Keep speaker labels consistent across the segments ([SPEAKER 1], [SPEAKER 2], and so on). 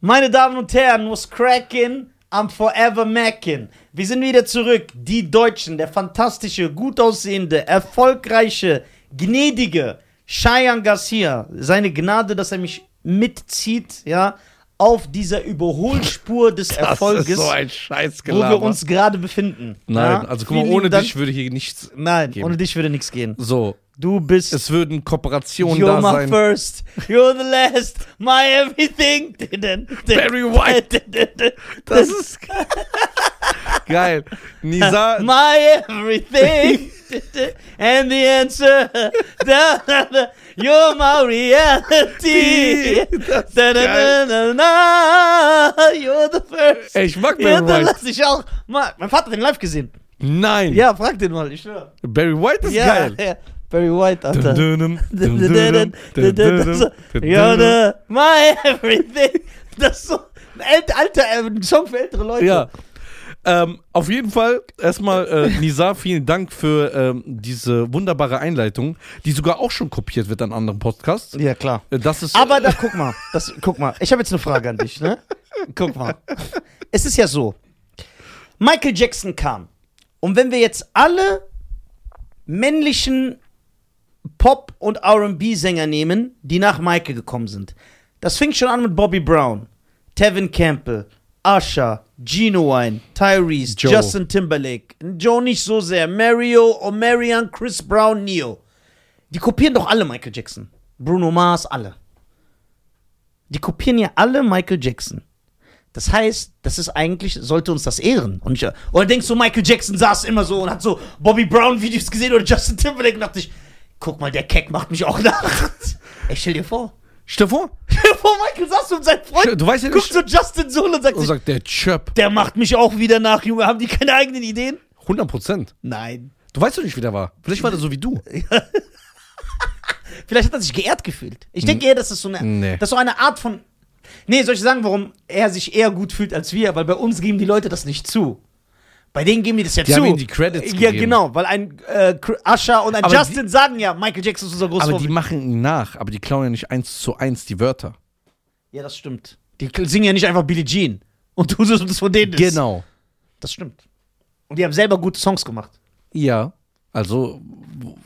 [SPEAKER 1] Meine Damen und Herren, was crackin? am Forever Mackin. Wir sind wieder zurück. Die Deutschen, der fantastische, gut aussehende, erfolgreiche, gnädige Cheyenne Garcia. Seine Gnade, dass er mich mitzieht, ja, auf dieser Überholspur des
[SPEAKER 2] Das
[SPEAKER 1] Erfolges,
[SPEAKER 2] ist so ein Scheiß
[SPEAKER 1] wo wir uns gerade befinden.
[SPEAKER 2] Nein,
[SPEAKER 1] ja.
[SPEAKER 2] also guck mal,
[SPEAKER 1] Vielen
[SPEAKER 2] ohne
[SPEAKER 1] Dank.
[SPEAKER 2] dich würde hier nichts.
[SPEAKER 1] Nein,
[SPEAKER 2] geben.
[SPEAKER 1] ohne dich würde nichts gehen.
[SPEAKER 2] So,
[SPEAKER 1] Du bist
[SPEAKER 2] es würden Kooperationen
[SPEAKER 1] You're
[SPEAKER 2] da
[SPEAKER 1] my
[SPEAKER 2] sein.
[SPEAKER 1] first, you're the last, my everything.
[SPEAKER 2] Barry White, das ist geil. Nisa,
[SPEAKER 1] my everything and the answer. Da, da, da. You're my reality.
[SPEAKER 2] Das ist
[SPEAKER 1] Da, da, da, da, da. You're the first.
[SPEAKER 2] ey, ich mag
[SPEAKER 1] Ja,
[SPEAKER 2] Barry
[SPEAKER 1] da
[SPEAKER 2] White.
[SPEAKER 1] lass ich auch. Mal, mein Vater hat den live gesehen.
[SPEAKER 2] Nein,
[SPEAKER 1] Ja, frag den mal. Ich schwör.
[SPEAKER 2] Barry White ist
[SPEAKER 1] ja,
[SPEAKER 2] geil.
[SPEAKER 1] Ja. Barry White, Alter.
[SPEAKER 2] Dun-dun-dum, dun-dun-dum,
[SPEAKER 1] So, You're
[SPEAKER 2] dun-dun-dum.
[SPEAKER 1] the, my everything. Das ist so ein ält- alter äh, ein Song für ältere Leute.
[SPEAKER 2] Ja. Ähm, auf jeden Fall erstmal, äh, Nisa, vielen Dank für ähm, diese wunderbare Einleitung, die sogar auch schon kopiert wird an anderen Podcasts.
[SPEAKER 1] Ja, klar.
[SPEAKER 2] Äh, Das ist
[SPEAKER 1] Aber da guck mal, das, guck mal, ich habe jetzt eine Frage an dich, ne? Guck mal. Es ist ja so. Michael Jackson kam. Und wenn wir jetzt alle männlichen Pop- und RB-Sänger nehmen, die nach Michael gekommen sind. Das fing schon an mit Bobby Brown, Tevin Campbell, Usher, Genuine, Tyrese,
[SPEAKER 2] Joe.
[SPEAKER 1] Justin Timberlake, Joe nicht so sehr, Mario, O'Marion, Chris Brown, Neo. Die kopieren doch alle Michael Jackson. Bruno Mars, alle. Die kopieren ja alle Michael Jackson. Das heißt, das ist eigentlich, sollte uns das ehren. Und ich, oder denkst du, Michael Jackson saß immer so und hat so Bobby Brown-Videos gesehen oder Justin Timberlake und dachte ich, guck mal, der Keck macht mich auch nach. Ich stell dir vor.
[SPEAKER 2] Stell dir vor,
[SPEAKER 1] Stell dir vor, Michael saß mit seinen Freunden,
[SPEAKER 2] du weißt ja
[SPEAKER 1] guckt
[SPEAKER 2] nicht,
[SPEAKER 1] so Justin so und sagt,
[SPEAKER 2] und
[SPEAKER 1] sich,
[SPEAKER 2] sagt der Chöp,
[SPEAKER 1] der macht mich auch wieder nach, Junge. Haben die keine eigenen Ideen?
[SPEAKER 2] 100 Prozent.
[SPEAKER 1] Nein.
[SPEAKER 2] Du weißt doch nicht, wie der war. Vielleicht war der so wie du.
[SPEAKER 1] Vielleicht hat er sich geehrt gefühlt. Ich denke eher, dass das so eine,
[SPEAKER 2] Hm. Nee.
[SPEAKER 1] das ist so eine Art von. Nee, soll ich sagen, warum er sich eher gut fühlt als wir? Weil bei uns geben die Leute das nicht zu. Bei denen geben die das ja
[SPEAKER 2] Die
[SPEAKER 1] zu.
[SPEAKER 2] haben ihm die Credits
[SPEAKER 1] Ja,
[SPEAKER 2] gegeben.
[SPEAKER 1] genau, weil ein äh, Cr- Usher und ein
[SPEAKER 2] Aber
[SPEAKER 1] Justin sagen ja, Michael Jackson ist unser großes
[SPEAKER 2] Aber die
[SPEAKER 1] Vorbild.
[SPEAKER 2] machen ihn nach, aber die klauen ja nicht eins zu eins die Wörter.
[SPEAKER 1] Ja, das stimmt. Die k- singen ja nicht einfach Billie Jean. Und du suchst das von denen. ist.
[SPEAKER 2] Genau.
[SPEAKER 1] Das stimmt. Und die haben selber gute Songs gemacht.
[SPEAKER 2] Ja. Also, wo-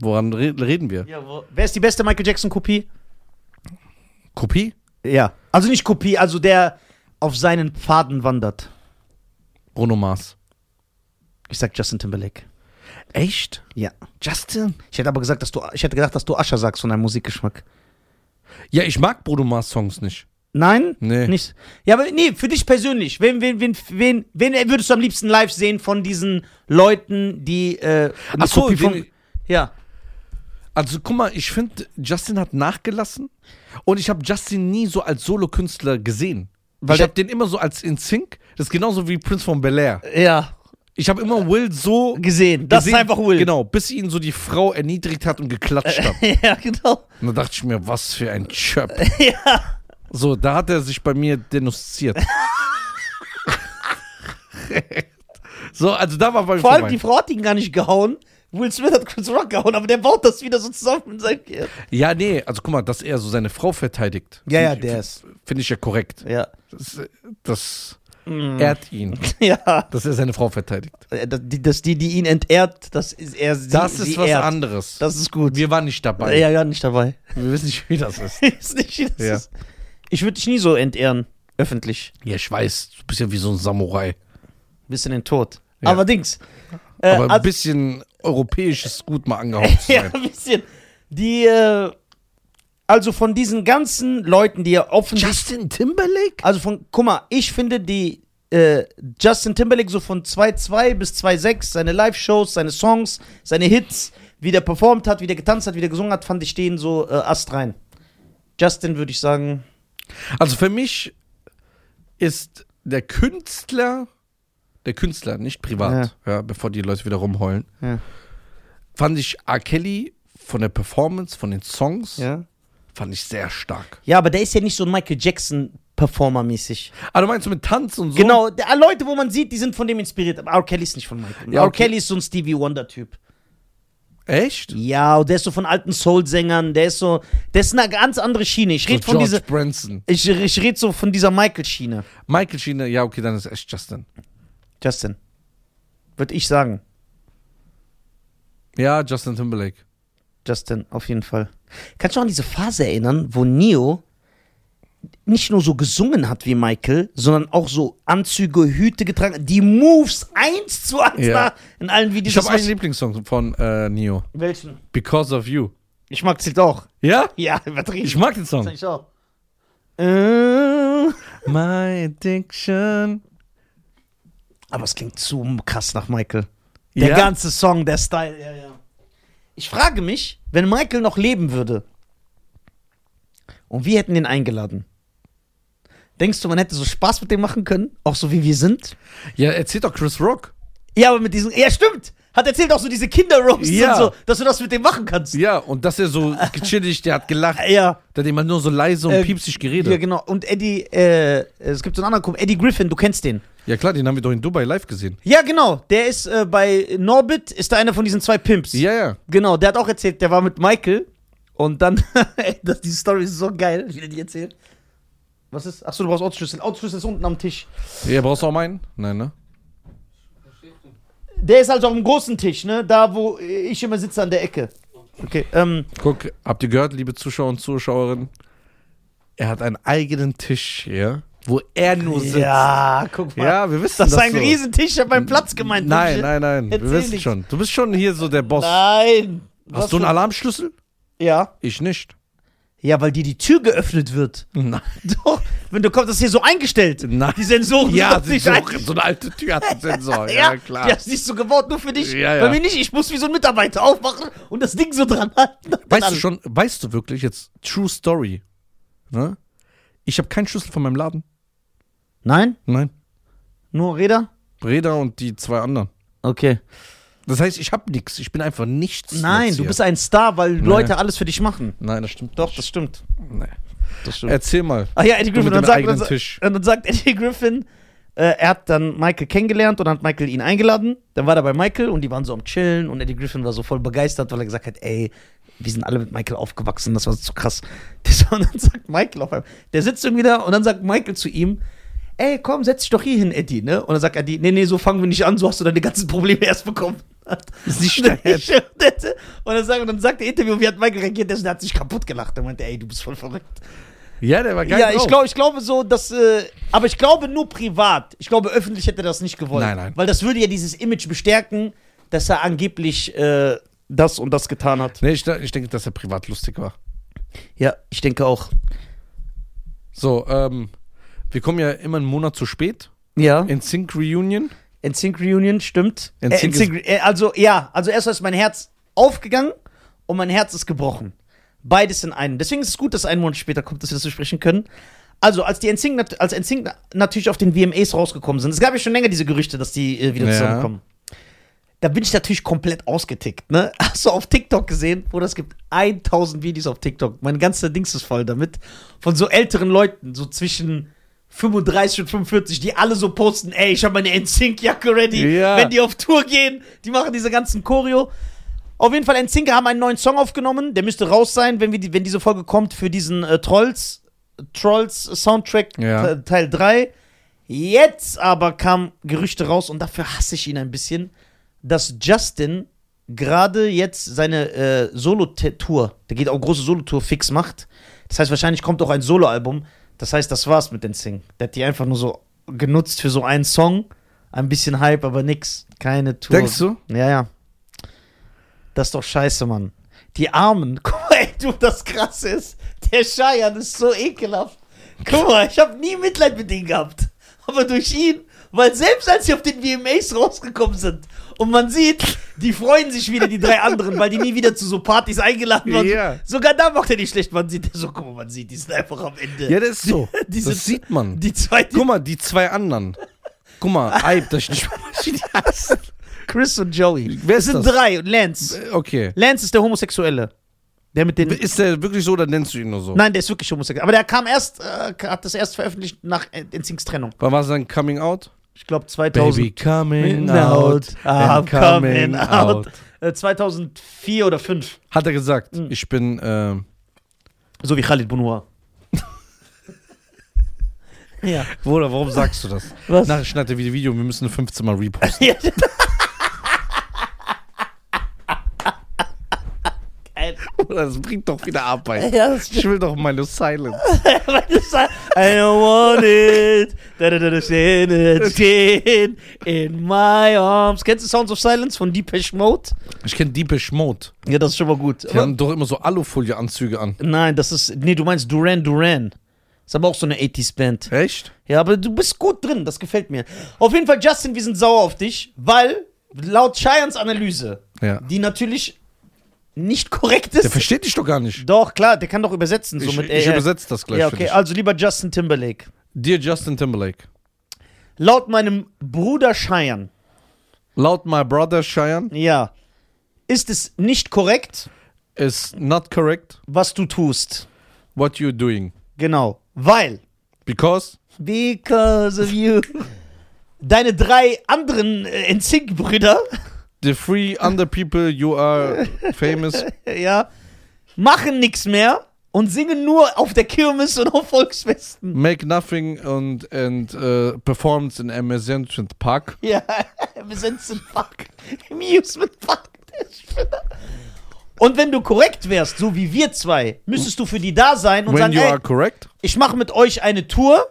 [SPEAKER 2] woran re reden wir?
[SPEAKER 1] Wer ist die beste Michael Jackson-Kopie?
[SPEAKER 2] Kopie?
[SPEAKER 1] Ja. Also nicht Kopie, also der auf seinen Pfaden wandert.
[SPEAKER 2] Bruno Mars.
[SPEAKER 1] Ich sag Justin Timberlake.
[SPEAKER 2] Echt?
[SPEAKER 1] Ja.
[SPEAKER 2] Justin?
[SPEAKER 1] Ich hätte aber gesagt, dass du, ich hätte gedacht, dass du Ascher sagst von deinem Musikgeschmack.
[SPEAKER 2] Ja, ich mag Bruno Mars Songs nicht.
[SPEAKER 1] Nein?
[SPEAKER 2] Nee.
[SPEAKER 1] Nicht. Ja, aber nee, für dich persönlich. Wen, wen, wen, wen, wen würdest du am liebsten live sehen von diesen Leuten, die äh, eine
[SPEAKER 2] Ach so,
[SPEAKER 1] Kopie von,
[SPEAKER 2] wen-
[SPEAKER 1] ja.
[SPEAKER 2] Also guck mal, ich finde, Justin hat nachgelassen und ich habe Justin nie so als Solokünstler gesehen.
[SPEAKER 1] Weil
[SPEAKER 2] ich
[SPEAKER 1] der-
[SPEAKER 2] habe den immer so als in Sync. Das ist genauso wie Prince von Bel Air.
[SPEAKER 1] Ja.
[SPEAKER 2] Ich habe immer Will so
[SPEAKER 1] Gesehen. Das
[SPEAKER 2] gesehen,
[SPEAKER 1] ist einfach Will.
[SPEAKER 2] Genau, bis ihn so die Frau erniedrigt hat und geklatscht hat.
[SPEAKER 1] ja, genau.
[SPEAKER 2] Und da dachte ich mir, was für ein Chöp.
[SPEAKER 1] Ja.
[SPEAKER 2] So, da hat er sich bei mir denunziert. so, also da war bei mir
[SPEAKER 1] Vor allem
[SPEAKER 2] vorbei.
[SPEAKER 1] die Frau hat ihn gar nicht gehauen. Will Smith hat Chris Rock gehauen, aber der baut das wieder so zusammen in seinem Gehirn.
[SPEAKER 2] Ja, nee, also guck mal, dass er so seine Frau verteidigt.
[SPEAKER 1] Ja, ja,
[SPEAKER 2] Finde ich-
[SPEAKER 1] der ist-
[SPEAKER 2] Finde ich ja korrekt.
[SPEAKER 1] Ja. Mm.
[SPEAKER 2] Das, das ehrt ihn,
[SPEAKER 1] Ja.
[SPEAKER 2] dass er seine Frau verteidigt.
[SPEAKER 1] Äh, Dass die, dass die, die ihn entehrt, das ist er sie,
[SPEAKER 2] Das
[SPEAKER 1] sie
[SPEAKER 2] ist was
[SPEAKER 1] ehrt.
[SPEAKER 2] anderes.
[SPEAKER 1] Das ist gut.
[SPEAKER 2] Wir waren nicht dabei.
[SPEAKER 1] ja, ja, nicht dabei.
[SPEAKER 2] Wir wissen nicht, wie das ist.
[SPEAKER 1] ist nicht, wie das
[SPEAKER 2] Ja.
[SPEAKER 1] ist. Ich würde dich nie so entehren, öffentlich.
[SPEAKER 2] Ja, ich weiß, du bist ja wie so ein Samurai.
[SPEAKER 1] Bis in den Tod.
[SPEAKER 2] Ja.
[SPEAKER 1] Aber Dings. Äh,
[SPEAKER 2] Aber ein
[SPEAKER 1] also-
[SPEAKER 2] bisschen europäisches Gut mal angehaucht zu
[SPEAKER 1] ja,
[SPEAKER 2] sein.
[SPEAKER 1] ein bisschen. Die, äh, also von diesen ganzen Leuten, die ja offensichtlich.
[SPEAKER 2] Justin Timberlake?
[SPEAKER 1] Also von, guck mal, ich finde die äh, Justin Timberlake so von 2.2 bis 2.6, seine Live-Shows, seine Songs, seine Hits, wie der performt hat, wie der getanzt hat, wie der gesungen hat, fand ich den so äh, astrein. Justin würde ich sagen,
[SPEAKER 2] Also für mich ist der Künstler, der Künstler, nicht privat, ja. bevor die Leute wieder rumheulen,
[SPEAKER 1] Ja.
[SPEAKER 2] fand ich R. Kelly von der Performance, von den Songs,
[SPEAKER 1] ja.
[SPEAKER 2] fand ich sehr stark.
[SPEAKER 1] Ja, aber der ist ja nicht so ein Michael Jackson-Performer-mäßig.
[SPEAKER 2] Ah, du meinst mit Tanz und so?
[SPEAKER 1] Genau, der- ah, Leute, wo man sieht, die sind von dem inspiriert. Aber R. Kelly ist nicht von Michael.
[SPEAKER 2] Ja,
[SPEAKER 1] R.
[SPEAKER 2] okay.
[SPEAKER 1] Kelly ist so ein Stevie Wonder-Typ.
[SPEAKER 2] Echt?
[SPEAKER 1] Ja, und der ist so von alten Soul-Sängern, der ist so, der ist eine ganz andere Schiene. Ich rede
[SPEAKER 2] So
[SPEAKER 1] von
[SPEAKER 2] George
[SPEAKER 1] dieser,
[SPEAKER 2] Branson.
[SPEAKER 1] ich, ich rede so von dieser Michael-Schiene.
[SPEAKER 2] Michael Schiene, ja, okay, dann ist echt Justin.
[SPEAKER 1] Justin, würde ich sagen.
[SPEAKER 2] Ja, Justin Timberlake.
[SPEAKER 1] Justin, auf jeden Fall. Kannst du noch an diese Phase erinnern, wo Neo nicht nur so gesungen hat wie Michael, sondern auch so Anzüge, Hüte getragen, hat? die Moves eins zu eins
[SPEAKER 2] Ja.
[SPEAKER 1] nach- in allen Videos.
[SPEAKER 2] Ich habe
[SPEAKER 1] Das
[SPEAKER 2] einen Lieblingssong von äh, Neo.
[SPEAKER 1] war- Welchen?
[SPEAKER 2] Because of You.
[SPEAKER 1] Ich mag Zilt auch.
[SPEAKER 2] Ja?
[SPEAKER 1] Ja, übertrieben.
[SPEAKER 2] Ich mag den Song.
[SPEAKER 1] ich auch. Äh,
[SPEAKER 2] My Addiction.
[SPEAKER 1] aber es klingt zu krass nach Michael. Der
[SPEAKER 2] Ja.
[SPEAKER 1] ganze Song, der Style, ja, ja. Ich frage mich, wenn Michael noch leben würde und wir hätten ihn eingeladen, denkst du, man hätte so Spaß mit dem machen können? Auch so wie wir sind?
[SPEAKER 2] Ja, erzählt doch Chris Rock.
[SPEAKER 1] Ja, aber mit diesen. Ja, stimmt! Hat erzählt auch so diese Kinder-Roasts
[SPEAKER 2] Ja.
[SPEAKER 1] und so, dass du das mit dem machen kannst.
[SPEAKER 2] Ja, und dass er so gechilligt, der hat gelacht.
[SPEAKER 1] Ja.
[SPEAKER 2] Der hat immer nur so leise und
[SPEAKER 1] Äh,
[SPEAKER 2] piepsig
[SPEAKER 1] Ja,
[SPEAKER 2] geredet.
[SPEAKER 1] genau. Und Eddie, äh, es gibt so einen anderen, Kumpel, Eddie Griffin, du kennst den.
[SPEAKER 2] Ja, klar, den haben wir doch in Dubai live gesehen.
[SPEAKER 1] Ja, genau. Der ist äh, bei Norbit, ist da einer von diesen zwei Pimps.
[SPEAKER 2] Ja, ja.
[SPEAKER 1] Genau, der hat auch erzählt, der war mit Michael und dann, Ey, das, die Story ist so geil, ich will die erzählen. Was ist? Achso, du brauchst Autoschlüssel. Autoschlüssel ist unten am Tisch.
[SPEAKER 2] Ja, brauchst du auch meinen? Nein, ne?
[SPEAKER 1] Der ist also auf dem großen Tisch, ne? Da, wo ich immer sitze an der Ecke. Okay, ähm,
[SPEAKER 2] Guck, habt ihr gehört, liebe Zuschauer und Zuschauerinnen? Er hat einen eigenen Tisch hier, wo er nur sitzt.
[SPEAKER 1] ja, guck mal.
[SPEAKER 2] Ja, wir wissen
[SPEAKER 1] das ist ein
[SPEAKER 2] so.
[SPEAKER 1] Riesentisch, ich hab meinen Platz gemeint.
[SPEAKER 2] Nein,
[SPEAKER 1] Bullshit.
[SPEAKER 2] nein, nein.
[SPEAKER 1] Erzähl
[SPEAKER 2] Wir wissen
[SPEAKER 1] nichts.
[SPEAKER 2] schon. Du bist schon hier so der Boss.
[SPEAKER 1] Nein. Was
[SPEAKER 2] Hast du einen
[SPEAKER 1] für-
[SPEAKER 2] Alarmschlüssel?
[SPEAKER 1] Ja.
[SPEAKER 2] Ich nicht.
[SPEAKER 1] Ja, weil dir die Tür geöffnet wird.
[SPEAKER 2] Nein.
[SPEAKER 1] Doch, wenn du kommst, das ist hier so eingestellt.
[SPEAKER 2] Nein.
[SPEAKER 1] Die Sensoren
[SPEAKER 2] Ja,
[SPEAKER 1] sind auf
[SPEAKER 2] sie
[SPEAKER 1] dich
[SPEAKER 2] so,
[SPEAKER 1] ein-
[SPEAKER 2] so eine alte Tür hat einen Sensor.
[SPEAKER 1] Ja,
[SPEAKER 2] ja, klar.
[SPEAKER 1] Ja, das ist so gebaut nur für dich.
[SPEAKER 2] Ja, ja.
[SPEAKER 1] Bei mir nicht. Ich muss wie so ein Mitarbeiter aufmachen und das Ding so dran halten.
[SPEAKER 2] Weißt
[SPEAKER 1] Dann-
[SPEAKER 2] du schon, weißt du wirklich jetzt, True Story, ne? Ich habe keinen Schlüssel von meinem Laden.
[SPEAKER 1] Nein?
[SPEAKER 2] Nein.
[SPEAKER 1] Nur Räder?
[SPEAKER 2] Breda und die zwei anderen.
[SPEAKER 1] Okay.
[SPEAKER 2] Das heißt, ich habe nichts. Ich bin einfach nichts.
[SPEAKER 1] Nein,
[SPEAKER 2] jetzt
[SPEAKER 1] du
[SPEAKER 2] hier.
[SPEAKER 1] bist ein Star, weil Leute alles für dich machen.
[SPEAKER 2] Nein, das stimmt.
[SPEAKER 1] Doch, das stimmt.
[SPEAKER 2] Nee.
[SPEAKER 1] Das stimmt.
[SPEAKER 2] Erzähl mal.
[SPEAKER 1] Ach ja, Eddie
[SPEAKER 2] Du
[SPEAKER 1] Griffin.
[SPEAKER 2] mit
[SPEAKER 1] Dann
[SPEAKER 2] dem
[SPEAKER 1] sagt,
[SPEAKER 2] eigenen
[SPEAKER 1] dann,
[SPEAKER 2] Tisch.
[SPEAKER 1] Und dann sagt Eddie Griffin, äh, er hat dann Michael kennengelernt und dann hat Michael ihn eingeladen. Dann war er bei Michael und die waren so am Chillen und Eddie Griffin war so voll begeistert, weil er gesagt hat, ey, wir sind alle mit Michael aufgewachsen, das war so krass. Das, und dann sagt Michael auf einmal, der sitzt irgendwie da und dann sagt Michael zu ihm, ey, komm, setz dich doch hier hin, Eddie, ne? Und dann sagt Eddie, nee, nee, so fangen wir nicht an, so hast du deine ganzen Probleme erst bekommen.
[SPEAKER 2] Ist nicht dein Ernst.
[SPEAKER 1] und, dann sagt, und dann sagt der Interview, wie hat Michael reagiert? Der hat sich kaputt gelacht. Er meinte, ey, du bist voll verrückt
[SPEAKER 2] Ja, der war geil.
[SPEAKER 1] ja, ich,
[SPEAKER 2] drauf.
[SPEAKER 1] glaub, ich glaube so, dass. Äh, aber ich glaube nur privat. Ich glaube, öffentlich hätte er das nicht gewollt.
[SPEAKER 2] Nein, nein.
[SPEAKER 1] Weil das würde ja dieses Image bestärken, dass er angeblich äh, das und das getan hat.
[SPEAKER 2] Nee, ich, ich denke, dass er privat lustig war.
[SPEAKER 1] Ja, ich denke auch.
[SPEAKER 2] So, ähm, wir kommen ja immer einen Monat zu spät.
[SPEAKER 1] Ja.
[SPEAKER 2] In Sync Reunion.
[SPEAKER 1] NSYNC Reunion, stimmt. Äh,
[SPEAKER 2] NSYNC
[SPEAKER 1] NSYNC Re- äh, also, ja, also erstmal ist mein Herz aufgegangen und mein Herz ist gebrochen. Beides in einem. Deswegen ist es gut, dass ein Monat später kommt, dass wir das besprechen können. Also, als die NSYNC, nat- als NSYNC na- natürlich auf den VMAs rausgekommen sind, es gab ja schon länger diese Gerüchte, dass die äh, wieder
[SPEAKER 2] Ja.
[SPEAKER 1] zusammenkommen. Da bin ich natürlich komplett ausgetickt, ne? Hast du auf TikTok gesehen, Bruder, es gibt 1000 Videos auf TikTok. Mein ganzer Dings ist voll damit. Von so älteren Leuten, so zwischen 35 und 45, die alle so posten, ey, ich habe meine NSYNC-Jacke ready.
[SPEAKER 2] Ja.
[SPEAKER 1] Wenn die auf Tour gehen, die machen diese ganzen Choreo. Auf jeden Fall, NSYNC haben einen neuen Song aufgenommen. Der müsste raus sein, wenn, wir die, wenn diese Folge kommt, für diesen äh, Trolls, Trolls Soundtrack
[SPEAKER 2] Ja.
[SPEAKER 1] Te- Teil 3. Jetzt aber kamen Gerüchte raus und dafür hasse ich ihn ein bisschen, dass Justin gerade jetzt seine äh, Solo-Tour, der geht auch große Solo-Tour fix macht. Das heißt, wahrscheinlich kommt auch ein Solo-Album. Das heißt, das war's mit den Sing. Der hat die einfach nur so genutzt für so einen Song. Ein bisschen Hype, aber nix. Keine Tour.
[SPEAKER 2] Denkst du?
[SPEAKER 1] Ja, ja. Das ist doch scheiße, Mann. Die Armen. Guck mal, ey, du, das krasse ist. Der Scheiern ist so ekelhaft. Guck mal, ich habe nie Mitleid mit denen gehabt. Aber durch ihn, weil selbst als sie auf den VMAs rausgekommen sind und man sieht, die freuen sich wieder, die drei anderen, weil die nie wieder zu so Partys eingeladen waren.
[SPEAKER 2] Ja.
[SPEAKER 1] Sogar da macht er nicht schlecht. Man sieht, so, guck mal, man sieht, die sind einfach am Ende.
[SPEAKER 2] Ja, das ist so.
[SPEAKER 1] Die sind-
[SPEAKER 2] das sieht man.
[SPEAKER 1] die zwei, die
[SPEAKER 2] Guck mal, die zwei anderen. Guck mal, Eib, das ist nicht mehr.
[SPEAKER 1] Chris und Joey.
[SPEAKER 2] Wer
[SPEAKER 1] Das
[SPEAKER 2] ist
[SPEAKER 1] sind
[SPEAKER 2] das?
[SPEAKER 1] drei und Lance.
[SPEAKER 2] Okay.
[SPEAKER 1] Lance ist der Homosexuelle. Der mit den.
[SPEAKER 2] Ist der wirklich so oder nennst du ihn nur so?
[SPEAKER 1] Nein, der ist wirklich homosexuell. Aber der kam erst, äh, hat das erst veröffentlicht nach Instincts Trennung.
[SPEAKER 2] Wann war sein Coming Out?
[SPEAKER 1] Ich glaube 2000.
[SPEAKER 2] Baby coming out,
[SPEAKER 1] out,
[SPEAKER 2] I'm
[SPEAKER 1] I'm coming out. Äh, 2004 oder 5.
[SPEAKER 2] Hat er gesagt,
[SPEAKER 1] Hm.
[SPEAKER 2] ich bin, ähm,
[SPEAKER 1] So wie Khalid Bunua. ja.
[SPEAKER 2] Bruder, warum sagst du das?
[SPEAKER 1] Was?
[SPEAKER 2] Nachher schneidet er wieder Video, wir müssen 15 Mal reposten. Bruder, das bringt doch wieder Arbeit.
[SPEAKER 1] Ja, das
[SPEAKER 2] Ich will doch meine Silence.
[SPEAKER 1] I don't want it. Da, da, da, da, stehen, it, stehen in my arms. Kennst du Sounds of Silence von Deepesh Mode?
[SPEAKER 2] Ich kenne Deepish Mode.
[SPEAKER 1] Ja, das ist schon mal gut.
[SPEAKER 2] Die haben doch immer so Alufolie-Anzüge an.
[SPEAKER 1] Nein, das ist. Nee, du meinst Duran Duran. Ist aber auch so eine 80s-Band.
[SPEAKER 2] Echt?
[SPEAKER 1] Ja, aber du bist gut drin, das gefällt mir. Auf jeden Fall, Justin, wir sind sauer auf dich, weil laut Cheyennes Analyse,
[SPEAKER 2] Ja.
[SPEAKER 1] die natürlich nicht korrekt ist.
[SPEAKER 2] Der versteht dich doch gar nicht.
[SPEAKER 1] doch, klar, der kann doch übersetzen. So
[SPEAKER 2] Ich,
[SPEAKER 1] mit,
[SPEAKER 2] ich
[SPEAKER 1] äh,
[SPEAKER 2] übersetze das gleich
[SPEAKER 1] Ja,
[SPEAKER 2] für
[SPEAKER 1] okay,
[SPEAKER 2] dich.
[SPEAKER 1] also lieber Justin Timberlake.
[SPEAKER 2] Dear Justin Timberlake,
[SPEAKER 1] Laut meinem Bruder Cheyenne,
[SPEAKER 2] laut my brother Cheyenne,
[SPEAKER 1] ja, ist es nicht korrekt,
[SPEAKER 2] is not correct
[SPEAKER 1] was du tust.
[SPEAKER 2] what you're doing.
[SPEAKER 1] Genau, weil
[SPEAKER 2] Because
[SPEAKER 1] Because of you. Deine drei anderen äh, NSYNC-Brüder,
[SPEAKER 2] the three other people you are famous
[SPEAKER 1] ja, machen nichts mehr und singen nur auf der Kirmes und auf Volksfesten.
[SPEAKER 2] make nothing and and uh, performs in amusement park.
[SPEAKER 1] Ja, wir sind im Park, im Amusement Park. der Spinner. Und wenn du korrekt wärst, so wie wir zwei, müsstest du für die da sein und
[SPEAKER 2] When
[SPEAKER 1] sagen,
[SPEAKER 2] you
[SPEAKER 1] ey,
[SPEAKER 2] are correct,
[SPEAKER 1] ich mache mit euch eine Tour,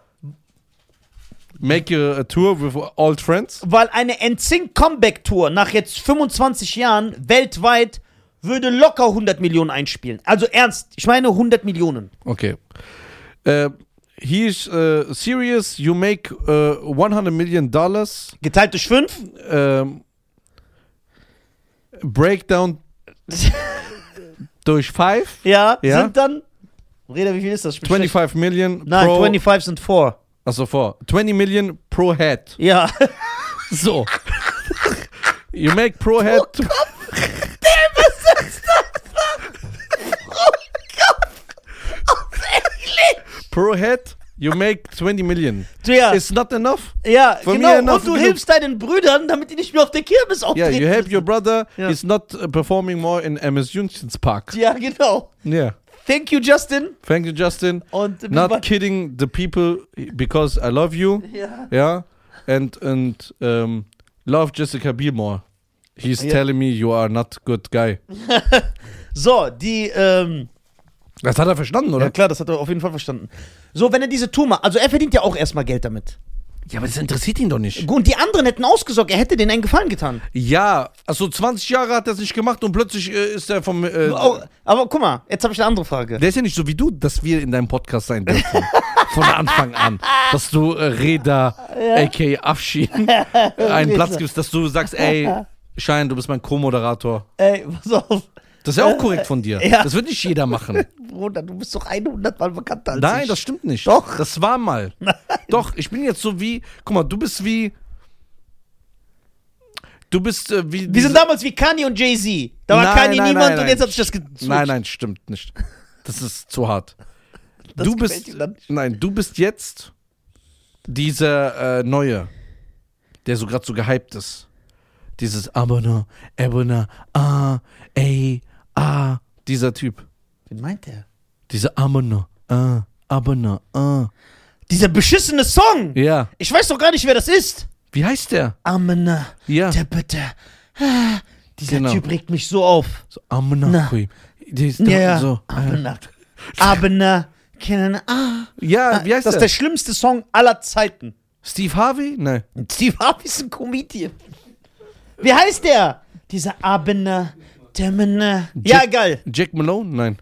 [SPEAKER 2] make a, a tour with old friends.
[SPEAKER 1] weil eine NSYNC Comeback Tour nach jetzt 25 Jahren weltweit würde locker 100 Millionen einspielen. Also ernst, ich meine 100 Millionen.
[SPEAKER 2] Okay. Uh, he is uh, serious. You make uh, 100 million dollars.
[SPEAKER 1] Geteilt durch 5?
[SPEAKER 2] ähm, Breakdown durch 5,
[SPEAKER 1] Ja,
[SPEAKER 2] Ja.
[SPEAKER 1] sind dann Reda, wie viel ist das? Ich bin schlecht.
[SPEAKER 2] 25 Million
[SPEAKER 1] Nein,
[SPEAKER 2] pro,
[SPEAKER 1] 25 sind 4.
[SPEAKER 2] also vor, 20 Million pro Head.
[SPEAKER 1] Ja.
[SPEAKER 2] So. You make pro Head. Pro Head, you make 20 Million.
[SPEAKER 1] ja.
[SPEAKER 2] It's not enough.
[SPEAKER 1] ja,
[SPEAKER 2] von
[SPEAKER 1] genau.
[SPEAKER 2] mir
[SPEAKER 1] Und
[SPEAKER 2] noch
[SPEAKER 1] du
[SPEAKER 2] genug.
[SPEAKER 1] hilfst deinen Brüdern, damit die nicht mehr auf der Kirmes
[SPEAKER 2] Yeah,
[SPEAKER 1] auftreten.
[SPEAKER 2] you help your brother.
[SPEAKER 1] Ja.
[SPEAKER 2] He's not uh, performing more in amusement park.
[SPEAKER 1] ja, genau.
[SPEAKER 2] Yeah.
[SPEAKER 1] Thank you, Justin.
[SPEAKER 2] Thank you, Justin.
[SPEAKER 1] Und
[SPEAKER 2] Not kidding the people because I love you.
[SPEAKER 1] ja.
[SPEAKER 2] Yeah. And and um, love Jessica Bielmore. He's
[SPEAKER 1] Ja.
[SPEAKER 2] telling me you are not good guy.
[SPEAKER 1] So, die ähm,
[SPEAKER 2] Das hat er verstanden,
[SPEAKER 1] Ja klar, das hat er auf jeden Fall verstanden. So, wenn er diese Tour macht, also er verdient ja auch erstmal Geld damit.
[SPEAKER 2] Ja, aber das interessiert ihn doch nicht.
[SPEAKER 1] Gut, und die anderen hätten ausgesorgt, er hätte denen einen Gefallen getan.
[SPEAKER 2] Ja, also 20 Jahre hat er es nicht gemacht und plötzlich äh, ist er vom. Äh,
[SPEAKER 1] Oh, aber guck mal, jetzt habe ich eine andere Frage.
[SPEAKER 2] Der ist ja nicht so wie du, dass wir in deinem Podcast sein dürfen. Von Anfang an. Dass du äh, Reda, a.k.a. Afschi, einen Platz gibst, dass du sagst, ey, Schein, du bist mein Co-Moderator.
[SPEAKER 1] Ey, pass auf,
[SPEAKER 2] Das ist ja auch korrekt von dir.
[SPEAKER 1] Ja.
[SPEAKER 2] Das wird nicht jeder machen.
[SPEAKER 1] Bruder, du bist doch 100 Mal bekannter als
[SPEAKER 2] Nein,
[SPEAKER 1] ich.
[SPEAKER 2] das stimmt nicht.
[SPEAKER 1] Doch.
[SPEAKER 2] Das war mal. Doch, ich bin jetzt so wie. Guck mal, du bist wie. Du bist äh, wie.
[SPEAKER 1] Wir sind damals wie Kanye und Jay-Z. Da war
[SPEAKER 2] Nein,
[SPEAKER 1] Kanye
[SPEAKER 2] nein,
[SPEAKER 1] niemand
[SPEAKER 2] nein,
[SPEAKER 1] und
[SPEAKER 2] nein.
[SPEAKER 1] jetzt hat sich das gezwungen.
[SPEAKER 2] Nein, nein, stimmt nicht. Das ist zu hart. du
[SPEAKER 1] gefällt
[SPEAKER 2] bist.
[SPEAKER 1] ihm dann nicht.
[SPEAKER 2] Nein, du bist jetzt dieser äh, Neue, der so gerade so gehypt ist. Dieses Abona, Ebona, ah, ey, ah, dieser Typ.
[SPEAKER 1] Wen meint er?
[SPEAKER 2] Dieser Abona, ah, Abona, ah.
[SPEAKER 1] Dieser beschissene Song.
[SPEAKER 2] Ja.
[SPEAKER 1] Ich weiß doch gar nicht, wer das ist.
[SPEAKER 2] Wie heißt der?
[SPEAKER 1] Amena,
[SPEAKER 2] Ja.
[SPEAKER 1] der bitte. Ah, Dieser
[SPEAKER 2] Genau.
[SPEAKER 1] Typ regt mich so auf.
[SPEAKER 2] So, Amna.
[SPEAKER 1] Na.
[SPEAKER 2] Kui. Der ist
[SPEAKER 1] Ja,
[SPEAKER 2] da,
[SPEAKER 1] ja.
[SPEAKER 2] so. äh,
[SPEAKER 1] Amena. Amena, kennen. Ah.
[SPEAKER 2] ja, wie heißt
[SPEAKER 1] Das ist
[SPEAKER 2] der?
[SPEAKER 1] der schlimmste Song aller Zeiten.
[SPEAKER 2] Steve Harvey? Nein.
[SPEAKER 1] Steve Harvey ist ein Comedian. Wie heißt der? Dieser Abner, Demner. Ja, geil.
[SPEAKER 2] Jack Malone? Nein.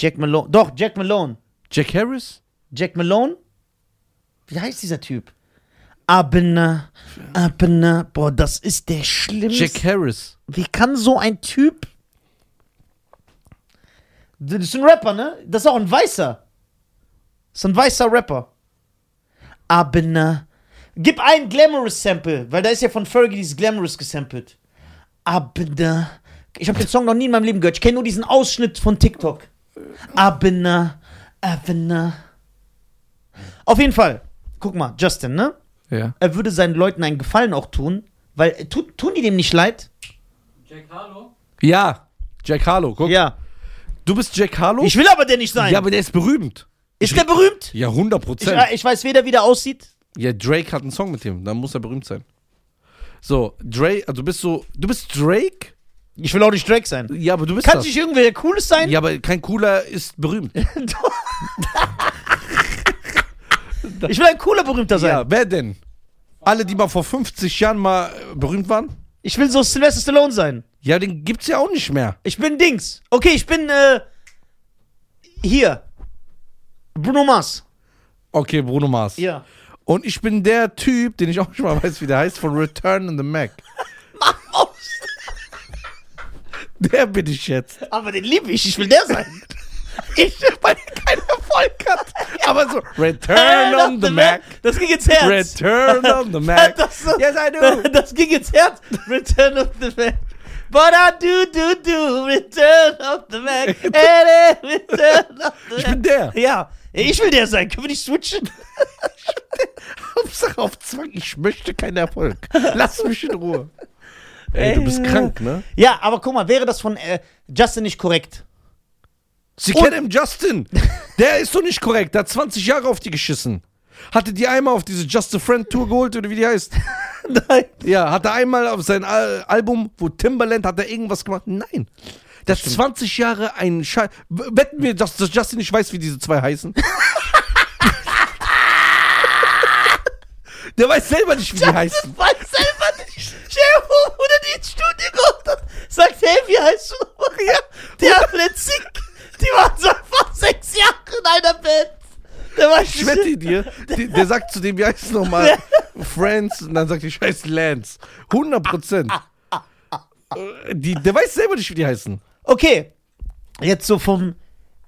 [SPEAKER 1] Jack Malone. Doch, Jack Malone.
[SPEAKER 2] Jack Harris?
[SPEAKER 1] Jack Malone? Wie heißt dieser Typ? Abner, Abner. Boah, das ist der schlimmste.
[SPEAKER 2] Jack Harris.
[SPEAKER 1] Wie kann so ein Typ. Das ist ein Rapper, ne? Das ist auch ein Weißer. Das ist ein weißer Rapper. Abner. Gib ein Glamorous-Sample, weil da ist ja von Fergie dieses Glamorous gesampelt. Abner. Ich habe den Song noch nie in meinem Leben gehört. Ich kenne nur diesen Ausschnitt von TikTok. Abner. Abner. Auf jeden Fall. Guck mal, Justin, ne?
[SPEAKER 2] Ja.
[SPEAKER 1] Er würde seinen Leuten einen Gefallen auch tun, weil äh, tu, tun die dem nicht leid?
[SPEAKER 3] Jack Harlow?
[SPEAKER 2] Ja, Jack Harlow, guck.
[SPEAKER 1] Ja.
[SPEAKER 2] Du bist Jack Harlow?
[SPEAKER 1] Ich will aber der nicht sein.
[SPEAKER 2] Oh. ja, aber der ist berühmt.
[SPEAKER 1] ist der berühmt?
[SPEAKER 2] Ja, 100
[SPEAKER 1] Ich,
[SPEAKER 2] Prozent.
[SPEAKER 1] äh, ich weiß weder, wie der aussieht.
[SPEAKER 2] Ja, Drake hat einen Song mit ihm, dann muss er berühmt sein. So, Drake, also du bist so, du bist Drake?
[SPEAKER 1] Ich will auch nicht Drake sein.
[SPEAKER 2] Ja, aber du bist
[SPEAKER 1] Kannst
[SPEAKER 2] das.
[SPEAKER 1] nicht irgendwer der Cooles sein?
[SPEAKER 2] ja, aber kein Cooler ist berühmt.
[SPEAKER 1] ich will ein cooler Berühmter sein.
[SPEAKER 2] Ja, wer denn? Alle, die mal vor 50 Jahren mal äh, berühmt waren?
[SPEAKER 1] Ich will so Sylvester Stallone sein.
[SPEAKER 2] Ja, den gibt's ja auch nicht mehr.
[SPEAKER 1] Ich bin Dings. Okay, ich bin, äh, hier. Bruno Mars.
[SPEAKER 2] Okay, Bruno Mars.
[SPEAKER 1] Ja.
[SPEAKER 2] Und ich bin der Typ, den ich auch nicht mal weiß, wie der heißt, von Return on the Mac.
[SPEAKER 1] Mach aus.
[SPEAKER 2] Der bin ich jetzt.
[SPEAKER 1] Aber den liebe ich. Ich will der sein.
[SPEAKER 2] Ich, weil er keinen Erfolg hat. Aber so, Return on the Mac.
[SPEAKER 1] Äh, Das ging ins Herz.
[SPEAKER 2] Return on the Mac.
[SPEAKER 1] Das,
[SPEAKER 2] Yes, I do.
[SPEAKER 1] das ging ins Herz. Return of the Mac. But I do, do, do. Return of the Mac. And then return of the
[SPEAKER 2] Ich
[SPEAKER 1] Mac.
[SPEAKER 2] bin der.
[SPEAKER 1] Ja, ich will der sein. Können wir nicht switchen?
[SPEAKER 2] Hauptsache auf Zwang. Ich möchte keinen Erfolg. Lass mich in Ruhe. Ey, du bist
[SPEAKER 1] Äh.
[SPEAKER 2] krank, ne?
[SPEAKER 1] Ja, aber guck mal, wäre das von äh, Justin nicht korrekt?
[SPEAKER 2] Sie
[SPEAKER 1] Und-
[SPEAKER 2] kennen im Justin. Der ist doch nicht korrekt. Der hat 20 Jahre auf die geschissen. Hatte die einmal auf diese Just a Friend Tour geholt oder wie die heißt?
[SPEAKER 1] Nein.
[SPEAKER 2] Ja, hat er einmal auf sein Al Album, wo Timbaland hat er irgendwas gemacht? Nein. Der hat 20 Jahre einen Scheiß. Wetten wir, dass, dass Justin nicht weiß, wie diese zwei heißen? Der weiß selber nicht, wie die heißen.
[SPEAKER 1] Weiß selber nicht. Chef, oder die ins Studio kommt und sagt, hey, wie heißt du noch Maria? Die haben den Zick. Die waren so vor sechs Jahren in einer Band. Der war
[SPEAKER 2] Ich wette dir, der, der sagt zu dem, wie heißt es nochmal? Friends. Und dann sagt er, ich heiße Lance. 100 Prozent. Äh, Die, der weiß selber nicht, wie die heißen.
[SPEAKER 1] Okay, jetzt so vom.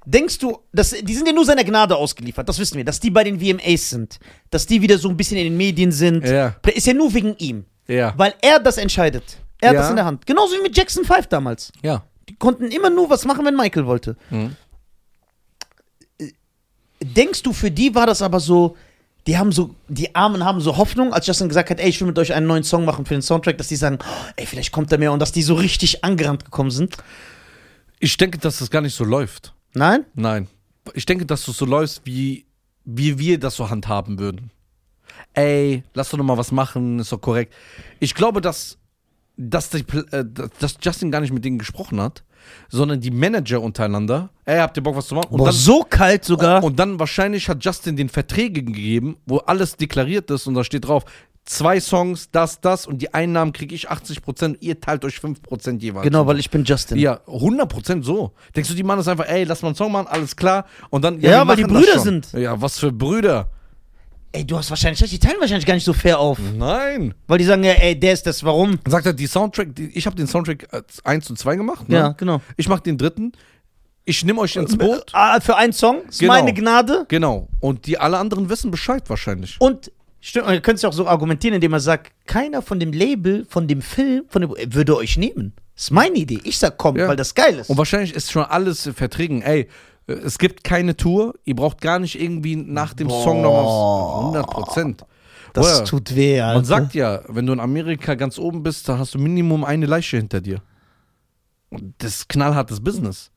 [SPEAKER 1] Denkst du, dass, die sind ja nur seiner Gnade ausgeliefert, das wissen wir, dass die bei den VMAs sind, dass die wieder so ein bisschen in den Medien sind,
[SPEAKER 2] Ja.
[SPEAKER 1] ist ja nur wegen ihm,
[SPEAKER 2] Ja.
[SPEAKER 1] weil er das entscheidet. Er hat
[SPEAKER 2] Ja.
[SPEAKER 1] das in der Hand. Genauso wie mit Jackson 5 damals.
[SPEAKER 2] Ja.
[SPEAKER 1] Die konnten immer nur was machen, wenn Michael wollte.
[SPEAKER 2] Hm.
[SPEAKER 1] Äh, Denkst du, für die war das aber so, die haben so, die Armen haben so Hoffnung, als Justin gesagt hat, ey, ich will mit euch einen neuen Song machen für den Soundtrack, dass die sagen, oh, ey, vielleicht kommt er mehr und dass die so richtig angerannt gekommen sind.
[SPEAKER 2] Ich denke, dass das gar nicht so läuft.
[SPEAKER 1] Nein?
[SPEAKER 2] Nein. Ich denke, dass du so läufst, wie, wie wir das so handhaben würden. Ey, lass doch nochmal was machen, ist doch korrekt. Ich glaube, dass, dass, die, Pl- äh, dass Justin gar nicht mit denen gesprochen hat, sondern die Manager untereinander. Ey, habt ihr Bock, was zu machen? Und
[SPEAKER 1] Boah,
[SPEAKER 2] dann
[SPEAKER 1] so kalt sogar.
[SPEAKER 2] und dann wahrscheinlich hat Justin den Verträge gegeben, wo alles deklariert ist und da steht drauf, zwei Songs, das, das und die Einnahmen kriege ich 80%, ihr teilt euch 5% jeweils.
[SPEAKER 1] genau, weil ich bin Justin.
[SPEAKER 2] Ja, 100% so. Denkst du, die machen das einfach, ey, lass mal einen Song machen, alles klar und dann
[SPEAKER 1] Ja,
[SPEAKER 2] wir
[SPEAKER 1] weil die
[SPEAKER 2] machen das
[SPEAKER 1] Brüder
[SPEAKER 2] schon.
[SPEAKER 1] sind.
[SPEAKER 2] Ja, was für Brüder?
[SPEAKER 1] Ey, du hast wahrscheinlich recht, die teilen wahrscheinlich gar nicht so fair auf.
[SPEAKER 2] Nein.
[SPEAKER 1] Weil die sagen ja, ey, der ist das, warum?
[SPEAKER 2] Dann sagt er, die Soundtrack, die, ich habe den Soundtrack äh, 1 und 2 gemacht, ne?
[SPEAKER 1] Ja, genau.
[SPEAKER 2] Ich mache den dritten. Ich nehme euch ins Boot.
[SPEAKER 1] Ah, für einen Song, ist
[SPEAKER 2] Genau.
[SPEAKER 1] meine Gnade.
[SPEAKER 2] Genau. Und die alle anderen wissen Bescheid wahrscheinlich.
[SPEAKER 1] Und stimmt, ihr könnt es ja auch so argumentieren, indem man sagt, keiner von dem Label, von dem Film, von dem würde euch nehmen. Ist meine Idee. Ich sag komm,
[SPEAKER 2] Ja.
[SPEAKER 1] weil das geil ist.
[SPEAKER 2] Und wahrscheinlich ist schon alles in Verträgen. Ey, äh, es gibt keine Tour. Ihr braucht gar nicht irgendwie nach dem Song nochmal 100 Prozent.
[SPEAKER 1] das tut weh, Alter.
[SPEAKER 2] Man sagt ja, wenn du in Amerika ganz oben bist, dann hast du Minimum eine Leiche hinter dir. Und das ist knallhartes Business.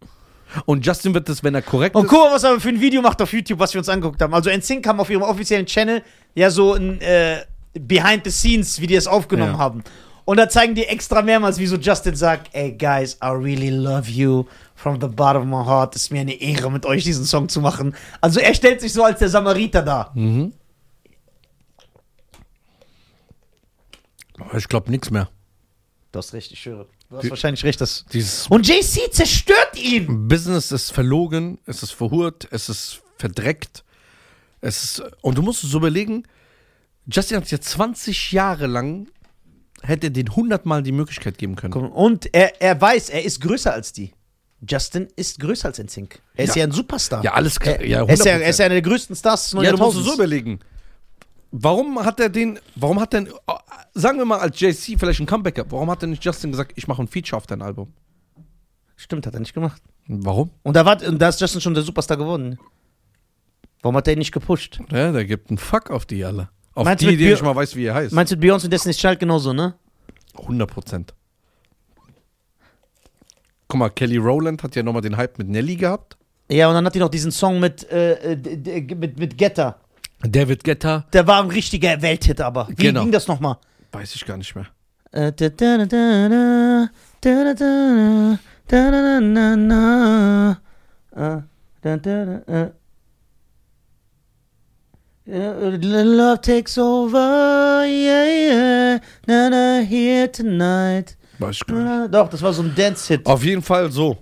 [SPEAKER 2] Und Justin wird das, wenn er korrekt
[SPEAKER 1] und
[SPEAKER 2] ist.
[SPEAKER 1] guck mal, was er für ein Video macht auf YouTube, was wir uns angeguckt haben. Also NSYNC haben auf ihrem offiziellen Channel ja so ein äh, Behind the Scenes, wie die es aufgenommen
[SPEAKER 2] Ja.
[SPEAKER 1] haben. Und da zeigen die extra mehrmals, wie so Justin sagt, ey guys, I really love you from the bottom of my heart. Ist mir eine Ehre, mit euch diesen Song zu machen. Also er stellt sich so als der Samariter dar.
[SPEAKER 2] Mhm. Aber Ich glaube nichts mehr.
[SPEAKER 1] Du hast recht, ich höre. Du hast wahrscheinlich recht, dass
[SPEAKER 2] Dieses
[SPEAKER 1] Und JC zerstört ihn.
[SPEAKER 2] Business ist verlogen, es ist verhurt, es ist verdreckt. Es ist, und du musst es so überlegen, Justin hat ja 20 Jahre lang, hätte er den 100 Mal die Möglichkeit geben können.
[SPEAKER 1] Und er, er weiß, er ist größer als die. Justin ist größer als NSYNC. Er ist
[SPEAKER 2] Ja.
[SPEAKER 1] ja, ein Superstar.
[SPEAKER 2] Ja, alles klar.
[SPEAKER 1] Er,
[SPEAKER 2] Ja,
[SPEAKER 1] er, ist ja,
[SPEAKER 2] 100%.
[SPEAKER 1] er ist ja einer der größten Stars des
[SPEAKER 2] Ja, du musst es
[SPEAKER 1] 9000s.
[SPEAKER 2] so überlegen. Warum hat er den, warum hat denn, äh, sagen wir mal, als JC vielleicht ein Comeback gehabt, warum hat denn nicht Justin gesagt, ich mache ein Feature auf dein Album?
[SPEAKER 1] Stimmt, hat er nicht gemacht.
[SPEAKER 2] Warum?
[SPEAKER 1] Und da, war, und da ist Justin schon der Superstar geworden. Warum hat er ihn nicht gepusht?
[SPEAKER 2] Ja, der gibt einen Fuck auf die alle. Auf
[SPEAKER 1] Meinst du
[SPEAKER 2] die,
[SPEAKER 1] mit
[SPEAKER 2] die
[SPEAKER 1] Bio-
[SPEAKER 2] ich mal weiß, wie ihr heißt.
[SPEAKER 1] Meinst du, Beyoncé und Destiny's Child genauso, ne?
[SPEAKER 2] 100 Prozent. Guck mal, Kelly Rowland hat ja nochmal den Hype mit Nelly gehabt.
[SPEAKER 1] Ja, und dann hat die noch diesen Song mit, äh, äh, d- d- mit, mit Getter.
[SPEAKER 2] David Guetta.
[SPEAKER 1] Der war ein richtiger Welthit, aber. Wie
[SPEAKER 2] Genau.
[SPEAKER 1] ging das nochmal?
[SPEAKER 2] Weiß ich gar nicht mehr.
[SPEAKER 1] Äh, da, da, da, da, da, da, da, da, da, da, da, na, na. Äh, da, da, da, äh. Äh, Love takes over, yeah, yeah, na, na, here tonight. Oh.
[SPEAKER 2] Weiß ich gar nicht.
[SPEAKER 1] Na, Doch, das war so ein Dance-Hit.
[SPEAKER 2] Auf jeden Fall so.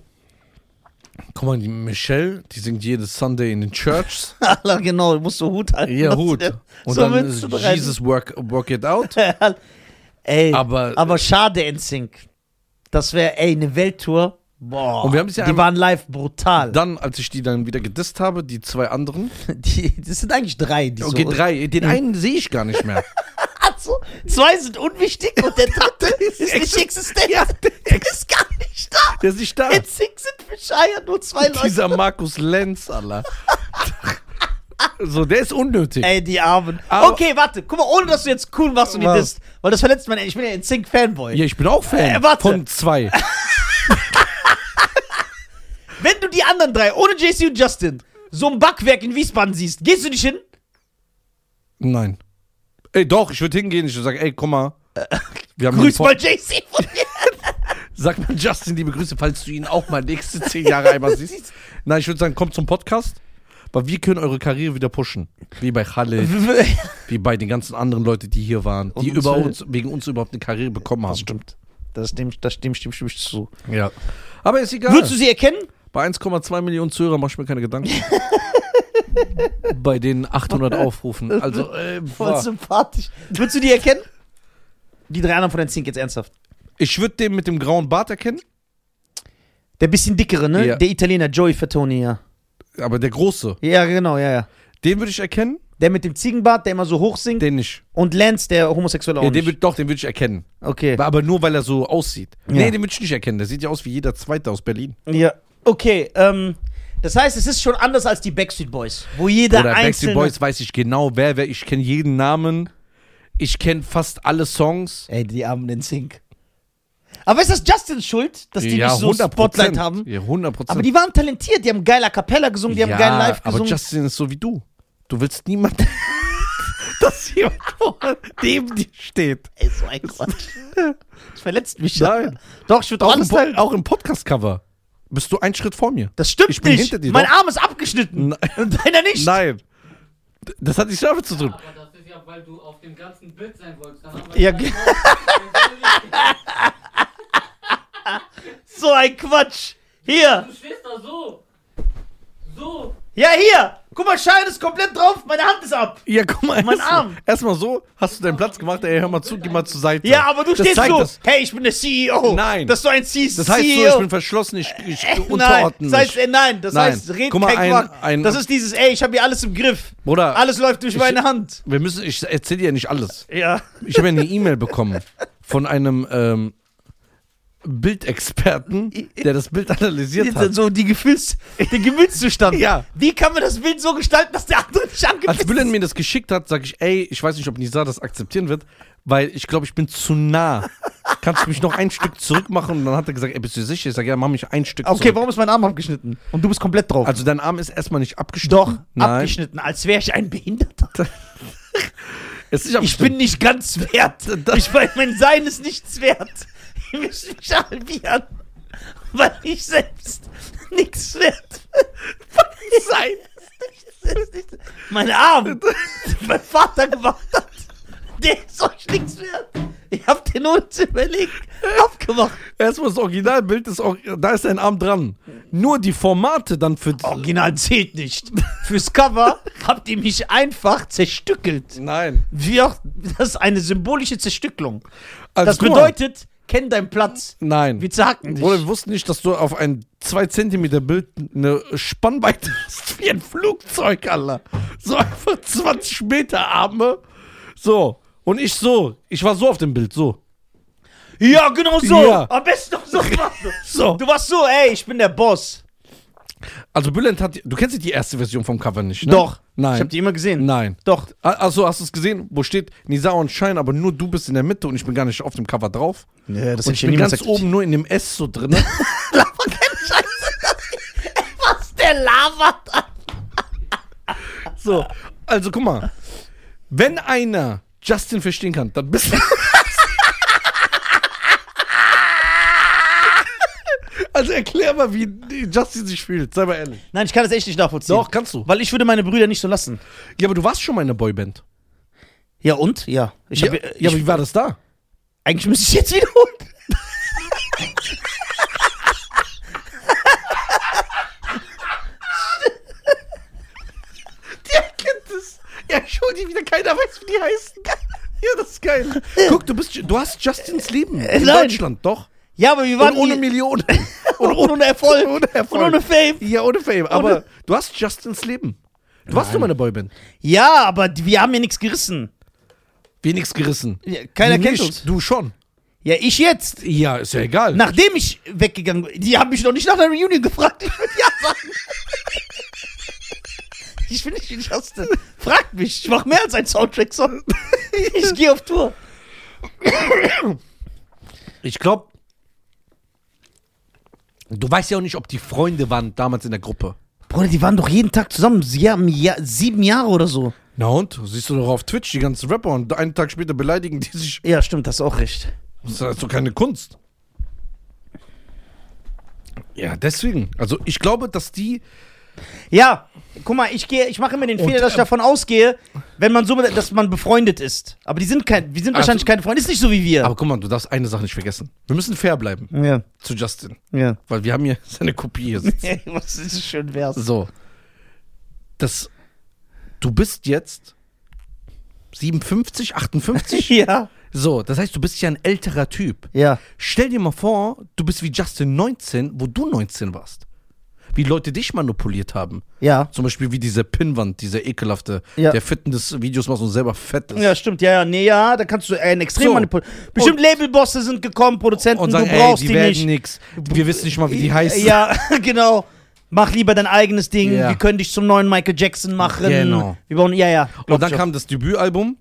[SPEAKER 2] Guck mal, die Michelle, die singt jedes Sunday in den Churches.
[SPEAKER 1] Allah, genau, du musst so Hut halten.
[SPEAKER 2] Ja,
[SPEAKER 1] Das-
[SPEAKER 2] Hut. Und
[SPEAKER 1] so
[SPEAKER 2] dann
[SPEAKER 1] willst
[SPEAKER 2] ist
[SPEAKER 1] du bereiten.
[SPEAKER 2] Jesus work, work It Out.
[SPEAKER 1] Ey,
[SPEAKER 2] Aber-
[SPEAKER 1] aber, äh, schade, NSYNC. Das wäre, ey, eine Welttour. Boah,
[SPEAKER 2] Und wir haben es ja
[SPEAKER 1] die
[SPEAKER 2] einmal-
[SPEAKER 1] waren live brutal.
[SPEAKER 2] Dann, als ich die dann wieder gedisst habe, die zwei anderen.
[SPEAKER 1] Die, das sind eigentlich drei, die
[SPEAKER 2] Okay,
[SPEAKER 1] so.
[SPEAKER 2] drei. Den einen sehe ich gar nicht mehr.
[SPEAKER 1] Also, zwei sind unwichtig und der dritte ist nicht existent. der ist gar nicht da.
[SPEAKER 2] Der ist nicht da.
[SPEAKER 1] NSYNC sind bescheuert, nur zwei Leute.
[SPEAKER 2] Dieser Markus Lenz, Alter. so, der ist unnötig.
[SPEAKER 1] Ey, die Armen.
[SPEAKER 2] Aber-
[SPEAKER 1] okay, warte, guck mal, ohne dass du jetzt cool machst und die
[SPEAKER 2] Was?
[SPEAKER 1] disst. Weil das verletzt man, ich bin ja NSYNC-Fanboy.
[SPEAKER 2] Ja, ich bin auch Fan
[SPEAKER 1] Äh, warte.
[SPEAKER 2] von zwei.
[SPEAKER 1] Wenn du die anderen drei, ohne JC und Justin, so ein Backwerk in Wiesbaden siehst, gehst du nicht hin?
[SPEAKER 2] Nein. Ey, doch, ich würde hingehen. Ich würde sagen, ey, guck mal. Wir haben
[SPEAKER 1] Grüß
[SPEAKER 2] den
[SPEAKER 1] mal
[SPEAKER 2] Pod-
[SPEAKER 1] JC von mir.
[SPEAKER 2] Sag mal Justin liebe Grüße, falls du ihn auch mal nächste zehn Jahre einmal siehst. Nein, ich würde sagen, kommt zum Podcast. Weil wir können eure Karriere wieder pushen. Wie bei Khaled, wie bei den ganzen anderen Leuten, die hier waren, die
[SPEAKER 1] uns
[SPEAKER 2] über
[SPEAKER 1] will-
[SPEAKER 2] uns, wegen uns überhaupt eine Karriere bekommen haben.
[SPEAKER 1] stimmt. Das stimmt, das stimmt, stimmt, stimmt zu.
[SPEAKER 2] Ja. Aber ist egal.
[SPEAKER 1] Würdest du sie erkennen?
[SPEAKER 2] Bei 1,2 Millionen Zuhörer mach ich mir keine Gedanken. Bei den 800 Aufrufen. Also, äh,
[SPEAKER 1] Voll
[SPEAKER 2] boah.
[SPEAKER 1] sympathisch. Würdest du die erkennen? Die drei anderen von den Zink jetzt ernsthaft.
[SPEAKER 2] ich würde den mit dem grauen Bart erkennen,
[SPEAKER 1] Der bisschen dickere, ne?
[SPEAKER 2] Ja.
[SPEAKER 1] Der Italiener, Joey Fatoni, ja.
[SPEAKER 2] aber der große,
[SPEAKER 1] Ja, genau, ja, ja.
[SPEAKER 2] den würde ich erkennen,
[SPEAKER 1] Der mit dem Ziegenbart, der immer so hoch singt.
[SPEAKER 2] den nicht.
[SPEAKER 1] und Lance, der homosexuelle auch
[SPEAKER 2] Ja, den
[SPEAKER 1] nicht.
[SPEAKER 2] würd, doch, den würde ich erkennen.
[SPEAKER 1] Okay.
[SPEAKER 2] Aber nur, weil er so aussieht. Nee,
[SPEAKER 1] Ja.
[SPEAKER 2] den würde ich nicht erkennen. Der sieht ja aus wie jeder Zweite aus Berlin.
[SPEAKER 1] Ja. Okay, ähm, das heißt, es ist schon anders als die Backstreet Boys, wo jeder
[SPEAKER 2] Oder
[SPEAKER 1] einzelne...
[SPEAKER 2] Backstreet Boys weiß ich genau, wer, wer. Ich kenne jeden Namen. Ich kenne fast alle Songs.
[SPEAKER 1] Ey, die armen den Zink. Aber ist das Justins Schuld, dass die
[SPEAKER 2] ja,
[SPEAKER 1] nicht so
[SPEAKER 2] 100%.
[SPEAKER 1] Spotlight haben?
[SPEAKER 2] Ja, 100 Prozent.
[SPEAKER 1] Aber die waren talentiert, die haben geil A Cappella gesungen, die haben geil live gesungen.
[SPEAKER 2] Aber Justin ist so wie du. Du willst niemand, dass jemand vor neben dir steht.
[SPEAKER 1] Ey, so ein Quatsch. Das verletzt mich
[SPEAKER 2] Nein.
[SPEAKER 1] Doch, ich würde doch
[SPEAKER 2] Auch im,
[SPEAKER 1] alles
[SPEAKER 2] Po-
[SPEAKER 1] teilen.
[SPEAKER 2] auch im Podcast-Cover. Bist du einen Schritt vor mir?
[SPEAKER 1] Das stimmt
[SPEAKER 2] Ich bin
[SPEAKER 1] nicht.
[SPEAKER 2] hinter dir,
[SPEAKER 1] mein
[SPEAKER 2] doch.
[SPEAKER 1] Arm ist abgeschnitten.
[SPEAKER 2] Nein.
[SPEAKER 1] Und deiner nicht.
[SPEAKER 2] Nein. D- Das hat nichts damit zu tun.
[SPEAKER 3] Aber das ist ja, weil du auf dem ganzen Bild sein wolltest. Dann haben wir
[SPEAKER 1] Ja,
[SPEAKER 3] gesagt,
[SPEAKER 1] ge-
[SPEAKER 3] oh,
[SPEAKER 1] So ein Quatsch. Hier.
[SPEAKER 3] Du stehst da so. So.
[SPEAKER 1] Ja, hier. Guck mal, Schein ist komplett drauf. Meine Hand ist ab.
[SPEAKER 2] Ja, guck mal.
[SPEAKER 1] Oh, Mein
[SPEAKER 2] erstmal-
[SPEAKER 1] Arm.
[SPEAKER 2] Erstmal so hast du deinen Platz gemacht. Ey, hör mal zu, geh mal zur Seite.
[SPEAKER 1] Ja, aber du
[SPEAKER 2] das
[SPEAKER 1] stehst
[SPEAKER 2] zeigt
[SPEAKER 1] so.
[SPEAKER 2] Das,
[SPEAKER 1] Hey, ich bin der CEO.
[SPEAKER 2] Nein.
[SPEAKER 1] Das ist so ein C- CEO.
[SPEAKER 2] das heißt so, ich bin verschlossen, ich, ich
[SPEAKER 1] Nein,
[SPEAKER 2] unterordne
[SPEAKER 1] das heißt,
[SPEAKER 2] mich.
[SPEAKER 1] äh, nein, das
[SPEAKER 2] Nein.
[SPEAKER 1] heißt, red
[SPEAKER 2] Guck mal,
[SPEAKER 1] kein
[SPEAKER 2] ein-
[SPEAKER 1] Quark.
[SPEAKER 2] ein-
[SPEAKER 1] das ist dieses, ey, ich habe hier alles im Griff.
[SPEAKER 2] Bruder,
[SPEAKER 1] Alles läuft durch meine Hand.
[SPEAKER 2] wir müssen, ich erzähle dir ja nicht alles.
[SPEAKER 1] Ja.
[SPEAKER 2] Ich habe ja eine E-Mail bekommen von einem ähm, Bildexperten, der das Bild analysiert hat.
[SPEAKER 1] So die Gefühls, der Gemütszustand.
[SPEAKER 2] Ja.
[SPEAKER 1] Wie kann man das Bild so gestalten, dass der andere nicht angepisst
[SPEAKER 2] Als Bülent
[SPEAKER 1] ist?
[SPEAKER 2] mir das geschickt hat, sage ich, ey, ich weiß nicht, ob Nisa das akzeptieren wird, weil ich glaube, ich bin zu nah. Kannst du mich noch ein Stück zurückmachen? Und dann hat er gesagt, ey, bist du sicher? Ich sage, ja, mach mich ein Stück
[SPEAKER 1] Okay,
[SPEAKER 2] zurück.
[SPEAKER 1] warum ist mein Arm abgeschnitten? Und du bist komplett drauf.
[SPEAKER 2] Also dein Arm ist erstmal nicht abgeschnitten.
[SPEAKER 1] Doch,
[SPEAKER 2] Nein,
[SPEAKER 1] abgeschnitten, als wäre ich ein Behinderter.
[SPEAKER 2] Es ist nicht
[SPEAKER 1] Ich
[SPEAKER 2] abgeschnitten.
[SPEAKER 1] bin nicht ganz wert. Ich mein, mein Sein ist nichts wert. Ich möchte mich halbieren, weil ich selbst nichts wert bin. Sein ist nichts wert. Mein Arm, den mein Vater gemacht hat, der ist euch nichts wert. Ich hab den ohne zu überlegen abgemacht.
[SPEAKER 2] Erstmal das Originalbild, ist auch, da ist dein Arm dran. Nur die Formate dann für...
[SPEAKER 1] Original zählt nicht. Fürs Cover habt ihr mich einfach zerstückelt.
[SPEAKER 2] Nein.
[SPEAKER 1] Wie auch, das ist eine symbolische Zerstückelung.
[SPEAKER 2] Also,
[SPEAKER 1] Das
[SPEAKER 2] guck mal.
[SPEAKER 1] bedeutet, kenn deinen Platz.
[SPEAKER 2] Nein.
[SPEAKER 1] Wir zerhacken dich.
[SPEAKER 2] Bruder, wir wussten nicht, dass du auf ein 2 cm Bild eine Spannweite hast wie ein Flugzeug, Alter. So einfach 20 Meter Arme. So. Und ich so. Ich war so auf dem Bild, so.
[SPEAKER 1] Ja, genau so.
[SPEAKER 2] Ja.
[SPEAKER 1] Am besten noch so.
[SPEAKER 2] So.
[SPEAKER 1] Du warst so, ey, ich bin der Boss.
[SPEAKER 2] Also Bülent hat, du kennst die erste Version vom Cover nicht, ne?
[SPEAKER 1] Doch.
[SPEAKER 2] Nein.
[SPEAKER 1] Ich habe die immer gesehen.
[SPEAKER 2] Nein.
[SPEAKER 1] Doch.
[SPEAKER 2] Also hast du es gesehen, wo steht Nisa und Schein, aber nur du bist in der Mitte und ich bin gar nicht auf dem Cover drauf.
[SPEAKER 1] Nee, das
[SPEAKER 2] und ich bin ganz oben nur in dem S so drin.
[SPEAKER 1] Was der Lava da?
[SPEAKER 2] so. Also guck mal, wenn einer Justin verstehen kann, dann bist du. also erklär mal, wie Justin sich fühlt, sei mal ehrlich.
[SPEAKER 1] Nein, ich kann das echt nicht nachvollziehen.
[SPEAKER 2] Doch, kannst du.
[SPEAKER 1] Weil ich würde meine Brüder nicht so lassen.
[SPEAKER 2] Ja, aber du warst schon mal in einer Boyband.
[SPEAKER 1] Ja und? Ja. Ich hab,
[SPEAKER 2] ja,
[SPEAKER 1] äh,
[SPEAKER 2] ja,
[SPEAKER 1] ich,
[SPEAKER 2] aber wie war das da?
[SPEAKER 1] eigentlich müsste ich jetzt wiederholen.
[SPEAKER 2] Der kennt es. Ja, schau dir wieder, keiner weiß, wie die heißen. Ja, das ist geil. Guck, du, bist, du hast Justins Leben in
[SPEAKER 1] nein.
[SPEAKER 2] Deutschland, doch.
[SPEAKER 1] Ja, aber wir
[SPEAKER 2] Und
[SPEAKER 1] waren
[SPEAKER 2] ohne
[SPEAKER 1] nie-
[SPEAKER 2] Millionen.
[SPEAKER 1] und ohne Erfolg.
[SPEAKER 2] Ohne Erfolg.
[SPEAKER 1] Und ohne Fame.
[SPEAKER 2] ja, ohne Fame. Aber du hast Justins Leben. Du warst doch mal eine Boyband.
[SPEAKER 1] Ja, aber die- wir haben ja nichts gerissen.
[SPEAKER 2] Wenigstens gerissen.
[SPEAKER 1] Ja, keiner
[SPEAKER 2] Du
[SPEAKER 1] kennt
[SPEAKER 2] nicht,
[SPEAKER 1] uns.
[SPEAKER 2] Du schon.
[SPEAKER 1] Ja, ich jetzt.
[SPEAKER 2] Ja, ist ja egal.
[SPEAKER 1] Nachdem ich weggegangen bin. Die haben mich noch nicht nach der Reunion gefragt. Ich würde ja sagen. Ich bin nicht die Erste. Fragt mich. Ich mache mehr als einen Soundtrack-Song. Ich gehe auf Tour.
[SPEAKER 2] Ich glaube, du weißt ja auch nicht, ob die Freunde waren damals in der Gruppe.
[SPEAKER 1] Bruder, die waren doch jeden Tag zusammen. Sie haben ja, sieben Jahre oder so.
[SPEAKER 2] Na und? Siehst du doch auf Twitch die ganzen Rapper und einen Tag später beleidigen die sich.
[SPEAKER 1] Ja, stimmt, das ist auch recht.
[SPEAKER 2] Das ist doch keine Kunst. Ja, deswegen. Also ich glaube, dass die.
[SPEAKER 1] Ja, guck mal, ich gehe, ich mache immer den Fehler, dass ich
[SPEAKER 2] äh,
[SPEAKER 1] davon ausgehe, wenn man so, mit- dass man befreundet ist. Aber die sind kein, wir sind
[SPEAKER 2] Also-
[SPEAKER 1] wahrscheinlich keine Freunde. Ist nicht so wie wir.
[SPEAKER 2] Aber guck mal, du darfst eine Sache nicht vergessen. Wir müssen fair bleiben
[SPEAKER 1] ja,
[SPEAKER 2] zu Justin.
[SPEAKER 1] ja.
[SPEAKER 2] Weil wir haben hier seine Kopie hier sitzen.
[SPEAKER 1] Was ist schön wär's.
[SPEAKER 2] So. Das. Du bist jetzt 57, 58?
[SPEAKER 1] Ja,
[SPEAKER 2] So, das heißt, du bist ja ein älterer Typ.
[SPEAKER 1] ja.
[SPEAKER 2] Stell dir mal vor, du bist wie Justin 19, wo du 19 warst. Wie Leute dich manipuliert haben.
[SPEAKER 1] Ja.
[SPEAKER 2] Zum Beispiel wie diese Pinnwand, dieser ekelhafte,
[SPEAKER 1] Ja.
[SPEAKER 2] der Fitness-Videos macht und selber fett ist.
[SPEAKER 1] Ja, stimmt, ja, ja, nee, ja, da kannst du einen extrem
[SPEAKER 2] So.
[SPEAKER 1] manipulieren. Bestimmt Labelbosse sind gekommen, Produzenten,
[SPEAKER 2] und sagen,
[SPEAKER 1] du brauchst
[SPEAKER 2] ey, die
[SPEAKER 1] die,
[SPEAKER 2] werden
[SPEAKER 1] nicht.
[SPEAKER 2] nix. Wir wissen nicht mal, wie die heißen.
[SPEAKER 1] Ja, genau. Mach lieber dein eigenes Ding,
[SPEAKER 2] Ja.
[SPEAKER 1] wir können dich zum neuen Michael Jackson machen.
[SPEAKER 2] Genau.
[SPEAKER 1] Wir bauen, ja, ja. glaub
[SPEAKER 2] und dann
[SPEAKER 1] ich auch.
[SPEAKER 2] kam das Debütalbum,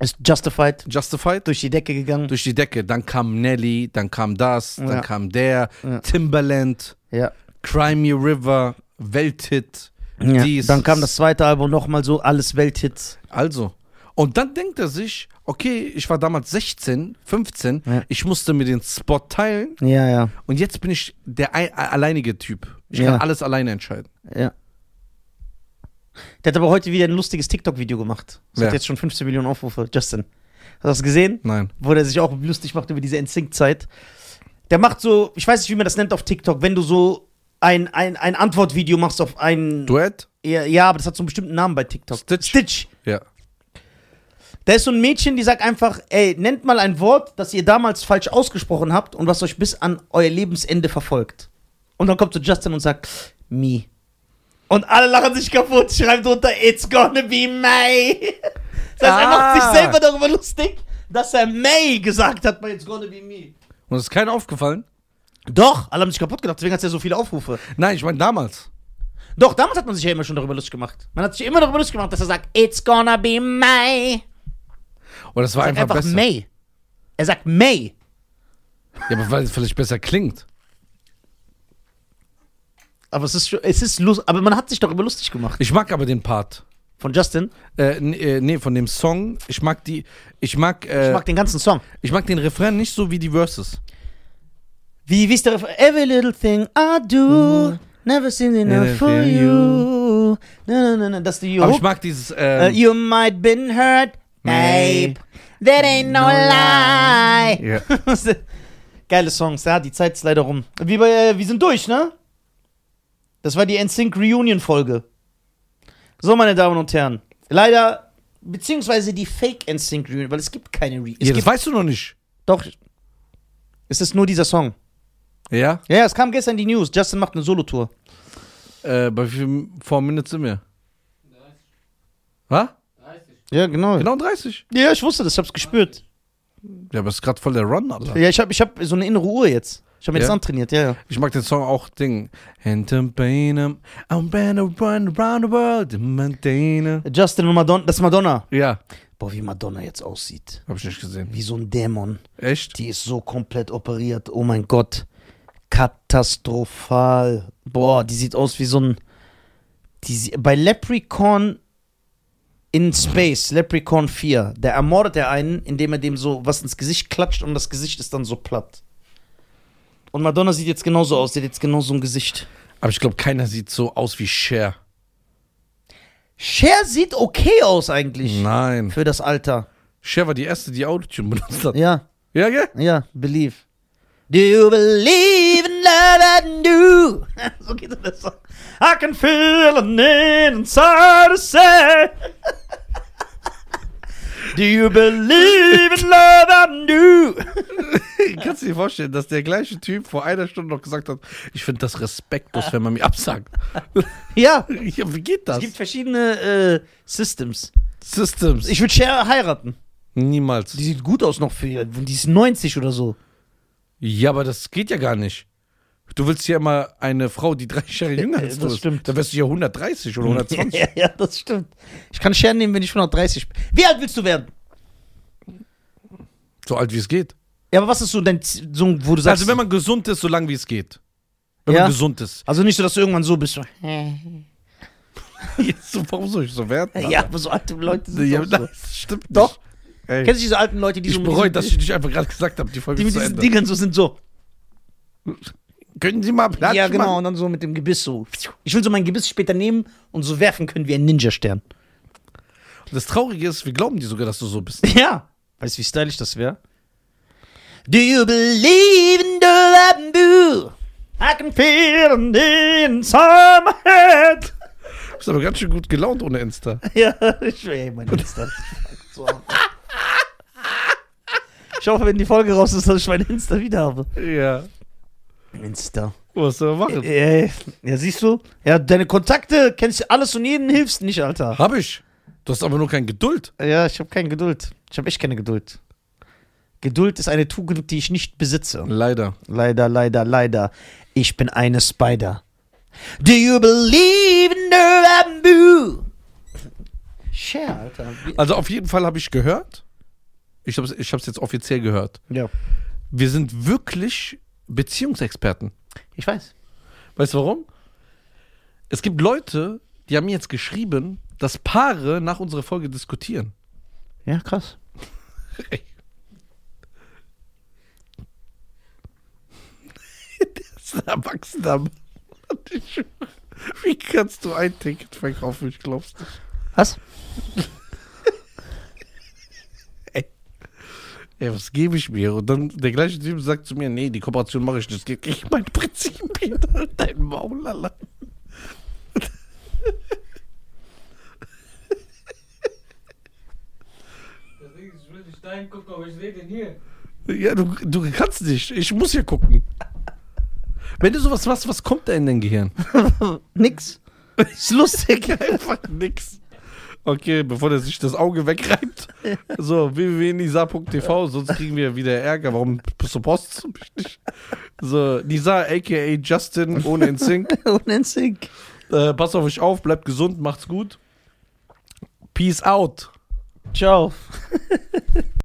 [SPEAKER 1] ist Justified
[SPEAKER 2] Justified,
[SPEAKER 1] durch
[SPEAKER 2] durch,
[SPEAKER 1] die Decke gegangen.
[SPEAKER 2] durch die Decke. Dann kam Nelly, dann kam das,
[SPEAKER 1] Ja.
[SPEAKER 2] dann kam der, Timbaland,
[SPEAKER 1] ja.
[SPEAKER 2] Crimey River, Welthit,
[SPEAKER 1] Ja.
[SPEAKER 2] dies.
[SPEAKER 1] Dann kam das zweite Album nochmal so, alles Welthits.
[SPEAKER 2] Also. Und dann denkt er sich, okay, ich war damals 16, 15,
[SPEAKER 1] Ja.
[SPEAKER 2] ich musste mir den Spot teilen
[SPEAKER 1] Ja, ja,
[SPEAKER 2] und jetzt bin ich der ei- alleinige Typ. Ich
[SPEAKER 1] Ja.
[SPEAKER 2] kann alles alleine entscheiden.
[SPEAKER 1] ja. Der hat aber heute wieder ein lustiges TikTok-Video gemacht. Das
[SPEAKER 2] Wer?
[SPEAKER 1] hat jetzt schon 15 Millionen Aufrufe. Justin. Hast du das gesehen?
[SPEAKER 2] Nein.
[SPEAKER 1] wo der sich auch lustig macht über diese Instinkt-Zeit. Der macht so, ich weiß nicht, wie man das nennt auf TikTok, wenn du so ein, ein, ein Antwortvideo machst auf einen.
[SPEAKER 2] Duett?
[SPEAKER 1] Ja, ja, aber das hat so einen bestimmten Namen bei TikTok.
[SPEAKER 2] Stitch.
[SPEAKER 1] Stitch.
[SPEAKER 2] Ja.
[SPEAKER 1] Da ist so ein Mädchen, die sagt einfach, ey, nennt mal ein Wort, das ihr damals falsch ausgesprochen habt und was euch bis an euer Lebensende verfolgt. Und dann kommt so Justin und sagt, me. Und alle lachen sich kaputt, schreibt unter, it's gonna be May. Das heißt, er macht
[SPEAKER 2] Ah.
[SPEAKER 1] sich selber darüber lustig, dass er May gesagt hat bei It's gonna be me.
[SPEAKER 2] Und ist keinem aufgefallen?
[SPEAKER 1] Doch, alle haben sich kaputt gedacht, deswegen hat es ja so viele Aufrufe.
[SPEAKER 2] Nein, ich meine damals.
[SPEAKER 1] Doch, damals hat man sich ja immer schon darüber lustig gemacht. Man hat sich immer darüber lustig gemacht, dass er sagt, it's gonna be May.
[SPEAKER 2] Und das war
[SPEAKER 1] Einfach,
[SPEAKER 2] einfach,
[SPEAKER 1] einfach
[SPEAKER 2] besser.
[SPEAKER 1] May. Er sagt May.
[SPEAKER 2] Ja, aber weil es vielleicht besser klingt.
[SPEAKER 1] Aber es ist, schon- es ist lust, aber man hat sich darüber lustig gemacht.
[SPEAKER 2] Ich mag aber den Part.
[SPEAKER 1] Von Justin.
[SPEAKER 2] Äh, n- äh, nee, von dem Song. Ich mag die. Ich mag. Äh,
[SPEAKER 1] Ich mag den ganzen Song.
[SPEAKER 2] ich mag den Refrain nicht so wie die Verses.
[SPEAKER 1] Wie, wie ist der Refrain? Every little thing I do, Mhm. never seen enough for
[SPEAKER 2] Everything
[SPEAKER 1] you. Na, na, na, na, das ist die
[SPEAKER 2] Aber
[SPEAKER 1] Hook.
[SPEAKER 2] ich mag dieses.
[SPEAKER 1] Äh,
[SPEAKER 2] Äh,
[SPEAKER 1] you might been hurt, babe.
[SPEAKER 2] Babe.
[SPEAKER 1] That ain't no,
[SPEAKER 2] No
[SPEAKER 1] lie.
[SPEAKER 2] lie.
[SPEAKER 1] Geile Songs, ja, die Zeit ist leider rum. Wie bei, äh, wir sind durch, ne? Das war die NSYNC Reunion Folge. So, meine Damen und Herren. Leider, beziehungsweise die Fake NSYNC Reunion, weil es gibt keine Reunion.
[SPEAKER 2] ja, das weißt du noch nicht.
[SPEAKER 1] Doch. Es ist nur dieser Song.
[SPEAKER 2] Ja?
[SPEAKER 1] Ja, ja, es kam gestern die News. Justin macht eine Solo-Tour.
[SPEAKER 2] Äh, bei wie viel Four Minutes sind wir?
[SPEAKER 3] 30,
[SPEAKER 2] Was?
[SPEAKER 3] 30.
[SPEAKER 1] Ja, genau.
[SPEAKER 2] Genau 30.
[SPEAKER 1] Ja, ich wusste das, ich hab's gespürt.
[SPEAKER 2] Ja, aber es ist gerade voll der Run, Alter.
[SPEAKER 1] Ja, ich hab, ich hab so eine innere Uhr jetzt. Ich habe mir
[SPEAKER 2] Ja?
[SPEAKER 1] das antrainiert, ja, ja.
[SPEAKER 2] Ich mag den Song auch Ding. Hinterm Beinem, I'm gonna run around the world in my Dane.
[SPEAKER 1] Justin und Madonna, das ist Madonna.
[SPEAKER 2] Ja,
[SPEAKER 1] Boah, wie Madonna jetzt aussieht.
[SPEAKER 2] hab ich nicht gesehen.
[SPEAKER 1] Wie so ein Dämon.
[SPEAKER 2] Echt?
[SPEAKER 1] Die ist so komplett operiert. Oh mein Gott. Katastrophal. Boah, die sieht aus wie so ein. Die, sie- bei Leprechaun in Space, Leprechaun 4, der ermordet er einen, indem er dem so was ins Gesicht klatscht und das Gesicht ist dann so platt. Und Madonna sieht jetzt genauso aus, sie hat jetzt genauso ein Gesicht.
[SPEAKER 2] Aber ich glaube, keiner sieht so aus wie Cher.
[SPEAKER 1] Cher sieht okay aus eigentlich.
[SPEAKER 2] Nein.
[SPEAKER 1] Für das Alter.
[SPEAKER 2] Cher war die erste, die Autotune benutzt hat.
[SPEAKER 1] Ja.
[SPEAKER 2] Ja, gell?
[SPEAKER 1] Ja, believe. Do you believe in love I do? so geht das. so. I can feel an inside to say. Do you believe in love I do?
[SPEAKER 2] Kannst du dir vorstellen, dass der gleiche Typ vor einer Stunde noch gesagt hat, ich finde das respektlos, wenn man mir absagt.
[SPEAKER 1] ja,
[SPEAKER 2] ja, wie geht
[SPEAKER 1] es
[SPEAKER 2] das?
[SPEAKER 1] gibt verschiedene äh, Systems.
[SPEAKER 2] Systems.
[SPEAKER 1] Ich würde Cher heiraten.
[SPEAKER 2] Niemals.
[SPEAKER 1] Die sieht gut aus noch für ihr. Die ist 90 oder so.
[SPEAKER 2] Ja, aber das geht ja gar nicht. Du willst ja immer eine Frau, die 30 Jahre jünger
[SPEAKER 1] Äh,
[SPEAKER 2] ist.
[SPEAKER 1] das stimmt.
[SPEAKER 2] Dann wärst du ja 130 oder 120.
[SPEAKER 1] ja, ja, das stimmt. Ich kann Cher nehmen, wenn ich 130 bin. Wie alt willst du werden?
[SPEAKER 2] So alt wie es geht.
[SPEAKER 1] Ja, aber was ist so dein Z- so, ein- wo du sagst.
[SPEAKER 2] Also wenn man gesund ist, so lange wie es geht. Wenn
[SPEAKER 1] Ja.
[SPEAKER 2] man gesund ist.
[SPEAKER 1] also nicht so, dass du irgendwann so bist. so,
[SPEAKER 2] Jetzt, so, warum soll ich so werden? Alter?
[SPEAKER 1] Ja, aber so alte Leute sind ja,
[SPEAKER 2] ja nein,
[SPEAKER 1] so.
[SPEAKER 2] das stimmt nicht.
[SPEAKER 1] Doch.
[SPEAKER 2] Ey,
[SPEAKER 1] Kennst du diese alten Leute, die so
[SPEAKER 2] ich
[SPEAKER 1] mit
[SPEAKER 2] bereue, dass
[SPEAKER 1] diesen,
[SPEAKER 2] ich nicht einfach gerade gesagt habe, die Folge
[SPEAKER 1] die mit
[SPEAKER 2] ist zu
[SPEAKER 1] diesen
[SPEAKER 2] Ende.
[SPEAKER 1] Dingern so sind so.
[SPEAKER 2] Können Sie mal Platz
[SPEAKER 1] ja, genau,
[SPEAKER 2] machen?
[SPEAKER 1] und dann so mit dem Gebiss so. Ich will so mein Gebiss später nehmen und so werfen können wie ein Ninja-Stern.
[SPEAKER 2] Das Traurige ist, wir glauben dir sogar, dass du so bist.
[SPEAKER 1] Ja. Weißt du, wie stylisch das wäre? Do you believe in the love blue? I can feel it inside my head.
[SPEAKER 2] Du bist aber ganz schön gut gelaunt ohne Insta.
[SPEAKER 1] Ja, ich ey, mein Insta. So. Ich hoffe, wenn die Folge raus ist, dass ich mein Insta wieder habe.
[SPEAKER 2] Ja.
[SPEAKER 1] Insta.
[SPEAKER 2] Was soll man machen?
[SPEAKER 1] Ey, Äh, ja, siehst du? Ja, deine Kontakte kennst du alles und jeden hilfst nicht, Alter.
[SPEAKER 2] Hab ich. Du hast aber nur keine Geduld.
[SPEAKER 1] Ja, ich habe keine Geduld. Ich habe echt keine Geduld. Geduld ist eine Tugend, die ich nicht besitze.
[SPEAKER 2] Leider.
[SPEAKER 1] Leider, leider, leider. Ich bin eine Spider. Do you believe in the bamboo? Share, Alter. Wie-
[SPEAKER 2] Also auf jeden Fall habe ich gehört. Ich habe es ich hab's jetzt offiziell gehört.
[SPEAKER 1] Ja.
[SPEAKER 2] Wir sind wirklich Beziehungsexperten.
[SPEAKER 1] Ich weiß.
[SPEAKER 2] Weißt du warum? Es gibt Leute, die haben mir jetzt geschrieben, dass Paare nach unserer Folge diskutieren.
[SPEAKER 1] Ja, krass.
[SPEAKER 2] Das ist ein Erwachsener. Mann. Wie kannst du ein Ticket verkaufen? Ich glaub's nicht.
[SPEAKER 1] Was?
[SPEAKER 2] Ey, was gebe ich mir? Und dann der gleiche Typ sagt zu mir, nee, die Kooperation mache ich nicht. Das geht gegen meine Prinzipien. halt Dein Maul allein.
[SPEAKER 3] Das Ding ist, ich will dich dahin gucken, aber ich sehe den hier.
[SPEAKER 2] Ja, du, du kannst nicht. Ich muss hier gucken. Wenn du sowas machst, was kommt da in dein Gehirn?
[SPEAKER 1] Nix. Ist lustig.
[SPEAKER 2] Einfach nix. Okay, bevor der sich das Auge wegreibt. So, www.nisa.tv, sonst kriegen wir wieder Ärger. Warum supportst du mich nicht? So, Nisa, a.k.a. Justin, ohne in Sync.
[SPEAKER 1] Unensig.
[SPEAKER 2] Äh, passt auf euch auf, bleibt gesund, macht's gut. Peace out.
[SPEAKER 1] Ciao.